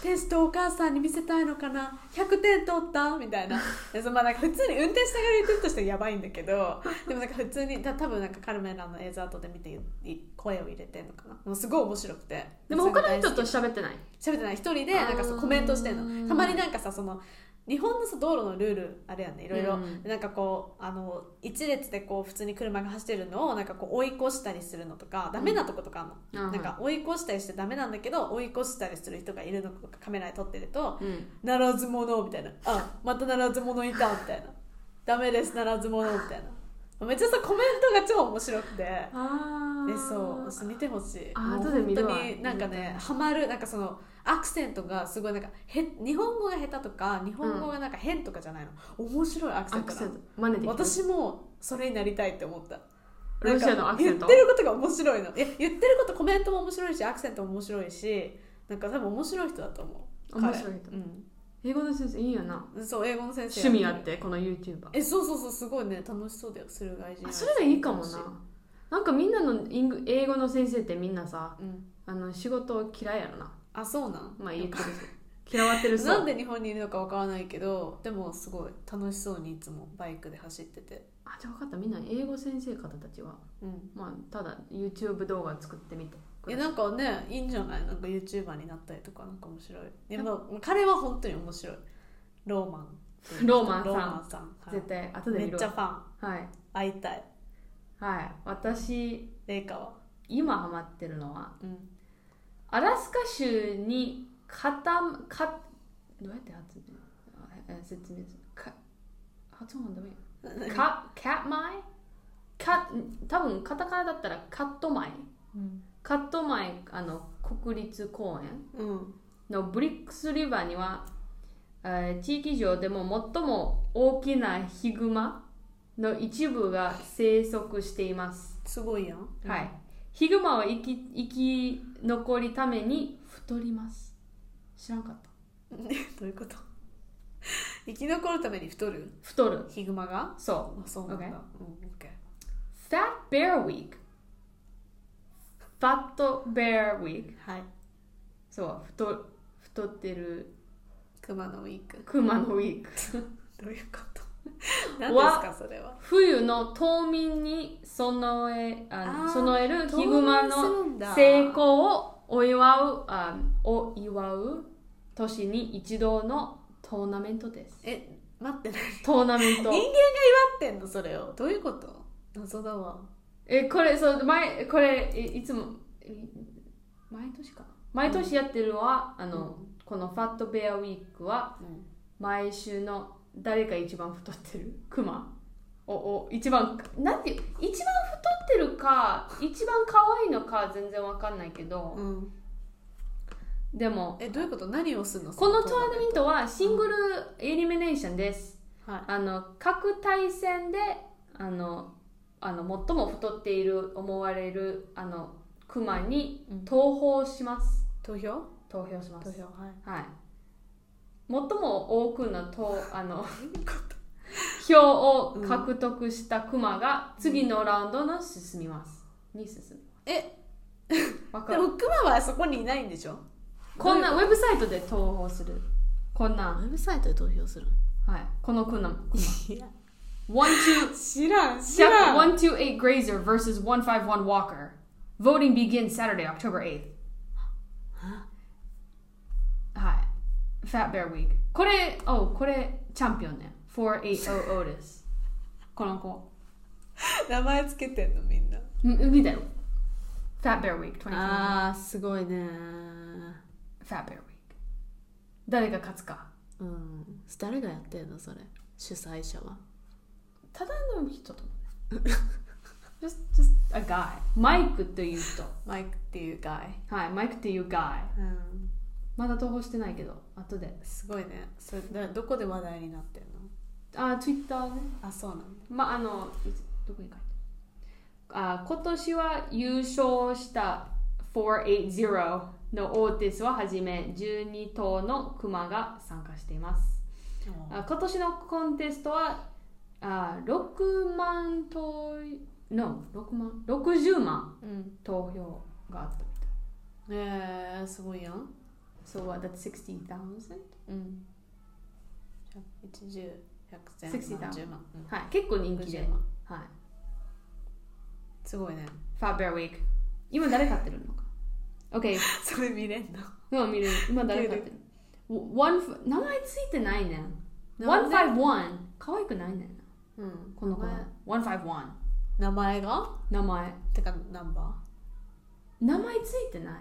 Speaker 2: テストお母さんに見せたいのかな100点取ったみたいなでそのまあなんか普通に運転しながら言ってるとしてやばいんだけどでもなんか普通にた多分なんかカルメラの映像後で見てい声を入れてんのかなもうすごい面白くて
Speaker 1: でも他の人と喋ってない
Speaker 2: 喋ってない一人でなんかさ
Speaker 1: あー
Speaker 2: コメントしてんのたまになんかさその日本のさ道路のルールあれやんねいろいろ、
Speaker 1: うん
Speaker 2: なんかこうあの一列でこう普通に車が走ってるのをなんかこう追い越したりするのとかダメなとことかあるの、
Speaker 1: うん
Speaker 2: なんか追い越したりしてダメなんだけど追い越したりする人がいるのとかカメラで撮ってると
Speaker 1: うん
Speaker 2: 「ならず者」みたいな「あまたならず者いた」みたいな「ダメですならず者」みたいなめっちゃさコメントが超面白くて。
Speaker 1: あ
Speaker 2: えそう私見てほしい
Speaker 1: あー
Speaker 2: もう
Speaker 1: 後で見るわ
Speaker 2: 本当になんか
Speaker 1: 見たい
Speaker 2: ねハマるなんかそのアクセントがすごいなんかへ日本語が下手とか日本語がなんか変とかじゃないの、面白いアクセ
Speaker 1: ア
Speaker 2: ント
Speaker 1: ク
Speaker 2: な
Speaker 1: セ
Speaker 2: の
Speaker 1: ント真似できる
Speaker 2: 私もそれになりたいって思った
Speaker 1: ロシアのアクセン
Speaker 2: な
Speaker 1: ト
Speaker 2: んか言ってることが面白いのいや言ってることコメントも面白いしアクセントも面白いしなんか多分面白い人だと思う
Speaker 1: 面白い人
Speaker 2: 彼
Speaker 1: 英語の先生いいよな
Speaker 2: うん、そう英語の先生
Speaker 1: 趣味あってこの YouTuber
Speaker 2: えそうそうそうすごいね楽しそうだよする外人
Speaker 1: あそれでいいかもななんかみんなのイング英語の先生ってみんなさ
Speaker 2: うん
Speaker 1: あの仕事嫌いやろな
Speaker 2: あそうなん
Speaker 1: まあ言ってるし嫌わってるそう
Speaker 2: なんで日本にいるのかわからないけどでもすごい楽しそうにいつもバイクで走ってて、
Speaker 1: あじゃあ分かったみんな英語先生方たちは
Speaker 2: うん、
Speaker 1: まあただ YouTube 動画作ってみて
Speaker 2: いやなんかねいいんじゃないなんか YouTuber になったりとかなんか面白いでも彼は本当に面白いローマンっていう人
Speaker 1: ローマンさん
Speaker 2: ローマンさん、はい
Speaker 1: 絶対後で
Speaker 2: め
Speaker 1: 見
Speaker 2: っ
Speaker 1: ろ
Speaker 2: ちゃファン
Speaker 1: はい
Speaker 2: 会いたい
Speaker 1: はい私
Speaker 2: レイカは
Speaker 1: 今ハマってるのは
Speaker 2: うん
Speaker 1: アラスカ州にカタンカどうやって発音あえ説明するか発音はダメやカカッマイカ多分カタカナだったらカットマイ
Speaker 2: うん、
Speaker 1: カットマイあの国立公園
Speaker 2: うん、
Speaker 1: のブリックスリバーには、えー地域上でも最も大きなヒグマの一部が生息しています、
Speaker 2: すごいやん
Speaker 1: はいヒグマは生き生き残りために太ります知らんかった
Speaker 2: うんどういうこと生き残るために太る
Speaker 1: 太る
Speaker 2: ヒグマが
Speaker 1: そ
Speaker 2: あ
Speaker 1: う
Speaker 2: そうなんだ、
Speaker 1: Okay
Speaker 2: うんオッケー
Speaker 1: Fat Bear Week Fat Bear Week
Speaker 2: はい
Speaker 1: そう太太ってる
Speaker 2: クマのウィーク
Speaker 1: クマのウィーク
Speaker 2: どういうこと 何ですかそれは
Speaker 1: 冬の冬眠に備えあ
Speaker 2: あー
Speaker 1: 備えるヒグマ
Speaker 2: 冬眠する
Speaker 1: の
Speaker 2: んだ
Speaker 1: 成功をお祝うあお祝う年に一度のトーナメントです。
Speaker 2: え待って何
Speaker 1: トーナメン
Speaker 2: 人間
Speaker 1: ト
Speaker 2: が。祝ってんのそれをどういうこと謎だわ
Speaker 1: えこれそう前これえいつもえ毎年かな毎年やってるは、あの、このファットベアウィークは
Speaker 2: うん
Speaker 1: 毎週の誰が一番太ってるクマおお一番なんていう一番太ってるか一番可愛いのか全然わかんないけど、
Speaker 2: うん
Speaker 1: でも
Speaker 2: えどういうこと何をするの
Speaker 1: このトーナメントはシングルエリミネーションです、
Speaker 2: はい
Speaker 1: あの各対戦であのあの最も太っている思われるあのクマに
Speaker 2: うん
Speaker 1: 投票します、
Speaker 2: 投票
Speaker 1: 投票します
Speaker 2: 投票はい
Speaker 1: はい。最も多くのと あの票を獲得したクマが次のラウンドの進みます。に進む。
Speaker 2: え
Speaker 1: わか
Speaker 2: で
Speaker 1: る
Speaker 2: もクマはそこにいないんでしょ
Speaker 1: こんなウェブサイトで投票する。こんな
Speaker 2: ウ
Speaker 1: ん
Speaker 2: ェブサイトで投票する
Speaker 1: はい。こ のクマ。
Speaker 2: いや
Speaker 1: One two
Speaker 2: 知らん知ら
Speaker 1: chapter
Speaker 2: ん
Speaker 1: one two eight Grazer versus one five one Walker. Voting begins Saturday, October eighth. はい。Fat Bear Week. oh, これ、おうこれチャンピオンね。480 Otis. この子。
Speaker 2: 名前つけてんのみんな
Speaker 1: うん見たよ。Fat Bear Week 2020.
Speaker 2: あーすごいね
Speaker 1: Fat Bear Week. 誰が勝つか。
Speaker 2: うん誰がやってんのそれ主催者は
Speaker 1: ただの人と思う。just, just a guy. マイクという人。
Speaker 2: マイクっていうガイ
Speaker 1: はい、マイクという guy。
Speaker 2: うん
Speaker 1: まだ投稿してないけど、後で。
Speaker 2: すごいねそれだどこで話題になってんの
Speaker 1: あ、Twitter Ah, ね。
Speaker 2: あそうなんだ
Speaker 1: まあ、あの、いつどこに書いてあるあ、今年は優勝した480のオーティスをはじめ12頭のクマが参加しています。あ今年のコンテストはあ6万投の6万60万
Speaker 2: うん
Speaker 1: 投票があったみたい
Speaker 2: えー、すごいやん
Speaker 1: So what that's 60,000?
Speaker 2: うん1 0 1 0
Speaker 1: 60
Speaker 2: 0
Speaker 1: down
Speaker 2: 0 0万、うん
Speaker 1: はい結構人気で、
Speaker 2: 60万
Speaker 1: はい、
Speaker 2: すごいね
Speaker 1: ファーベアウィーク今誰勝ってるのか OK
Speaker 2: それ見れんの
Speaker 1: 今見る今誰勝ってるワンフ名前ついてないね
Speaker 2: なんで
Speaker 1: 151可愛くないね
Speaker 2: うん
Speaker 1: この子
Speaker 2: 名前
Speaker 1: 151
Speaker 2: 名前が
Speaker 1: 名前
Speaker 2: てかナンバ
Speaker 1: 名前ついてない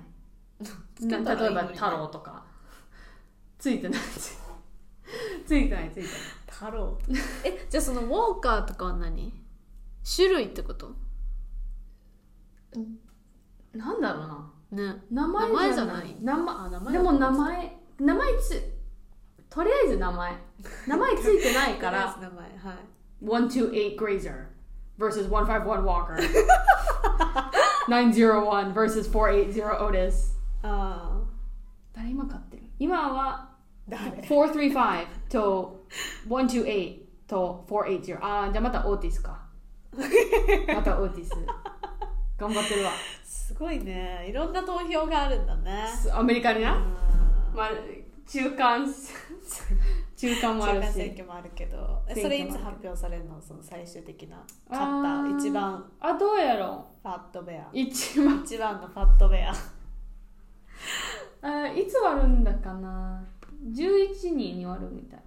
Speaker 2: ー
Speaker 1: な例えば
Speaker 2: 太
Speaker 1: 太郎とかついてないついついてないついてない
Speaker 2: 太 郎えじゃあそのウォーカーとかは何種類ってこと
Speaker 1: なんだろうな
Speaker 2: ね
Speaker 1: 名
Speaker 2: 名
Speaker 1: 前
Speaker 2: 前
Speaker 1: じ
Speaker 2: じ
Speaker 1: ゃ
Speaker 2: ゃ
Speaker 1: な
Speaker 2: ないい
Speaker 1: 名前
Speaker 2: あ名
Speaker 1: で
Speaker 2: だ
Speaker 1: も
Speaker 2: と思って
Speaker 1: 名前名前つとりあえず名前名前ついてないか
Speaker 2: た
Speaker 1: ら
Speaker 2: 名前はい
Speaker 1: 128 Grazer versus 151 Walker 901 versus 480 Otis
Speaker 2: ああ
Speaker 1: 誰今勝ってる今は
Speaker 2: 誰
Speaker 1: 435と128と480あーじゃあまたオーティスかまたオーティス頑張ってるわ
Speaker 2: すごいねいろんな投票があるんだ ね
Speaker 1: アメリカに
Speaker 2: う
Speaker 1: なんまあ、中間中間もあ
Speaker 2: 中
Speaker 1: る
Speaker 2: 間選
Speaker 1: し
Speaker 2: 挙もあるけどえ
Speaker 1: 選挙もある
Speaker 2: それいつ発表されるのその最終的な
Speaker 1: あ
Speaker 2: 勝
Speaker 1: ー
Speaker 2: った一番
Speaker 1: あどうやろ
Speaker 2: ファットベア
Speaker 1: う一番
Speaker 2: 一番のファットベア
Speaker 1: あいつ割るんだかな11人に割るみたい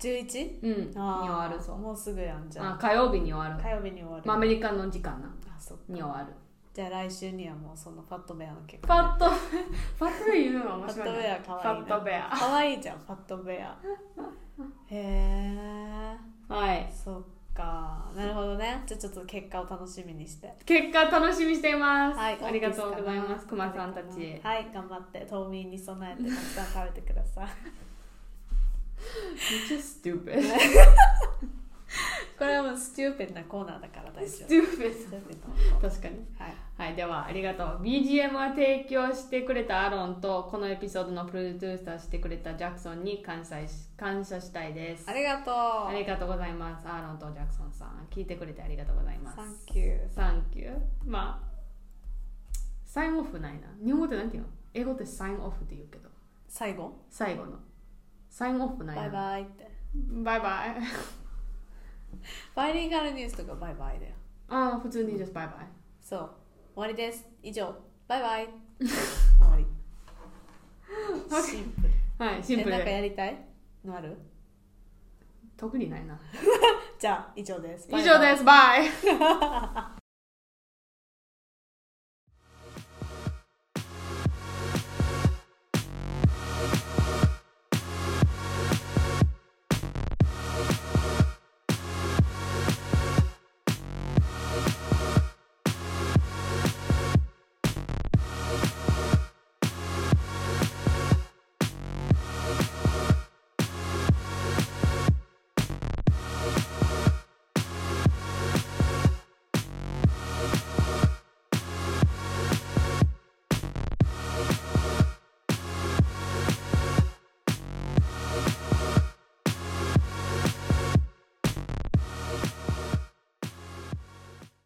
Speaker 2: 11?
Speaker 1: うんに
Speaker 2: あー
Speaker 1: 割るそう
Speaker 2: もうすぐやんじゃ
Speaker 1: あ
Speaker 2: ん
Speaker 1: 火曜日に割る
Speaker 2: 火曜日に終わる、
Speaker 1: まあアメリカの時間な
Speaker 2: あそう
Speaker 1: に割る
Speaker 2: じゃあ来週にはもうそのファットベアの結
Speaker 1: ファ
Speaker 2: 果
Speaker 1: ット ファットベア言うのが面
Speaker 2: ファ
Speaker 1: 白
Speaker 2: ッ
Speaker 1: い
Speaker 2: ト
Speaker 1: な
Speaker 2: ベアかわいいなかわい
Speaker 1: ファットベア
Speaker 2: いじゃんファットベ アへえ
Speaker 1: はい
Speaker 2: そっかなるほどねじゃあちょっと結果を楽しみにして
Speaker 1: 結果楽しみにしています、
Speaker 2: はい
Speaker 1: ありがとうございます
Speaker 2: オフィ
Speaker 1: くま
Speaker 2: スか
Speaker 1: さん
Speaker 2: な
Speaker 1: たち
Speaker 2: はい頑張って冬眠に備えてたくさん食べてください
Speaker 1: You're just stupid
Speaker 2: これはもうスチューペッドなコーナーだから 大丈夫ス
Speaker 1: stupid
Speaker 2: チューペッドなコーナー
Speaker 1: 確かに
Speaker 2: はい
Speaker 1: はい、ではありがとう。BGM は提供してくれたアロンと、このエピソードのプロデューサーしてくれたジャクソンに感謝し感謝したいです。
Speaker 2: ありがとう
Speaker 1: ありがとうございます。アーロンとジャクソンさん、聞いてくれてありがとうございます。
Speaker 2: サンキュー
Speaker 1: サンキュー。まあ、サインオフないな。日本語ってなんて言うの英語ってサインオフって言うけど、
Speaker 2: 最後
Speaker 1: 最後の。サインオフないな。
Speaker 2: バイバイって
Speaker 1: バイバイ。
Speaker 2: バイリンガルニュースとかバイバイだよ
Speaker 1: ああ、普通に just バイバイ。
Speaker 2: そう終わりです以上バイバイ終わり シンプル
Speaker 1: はい、シンプル
Speaker 2: えなんか
Speaker 1: で。
Speaker 2: やりたいのある
Speaker 1: 特にないな。
Speaker 2: じゃあ以上です
Speaker 1: 以上です。バイ。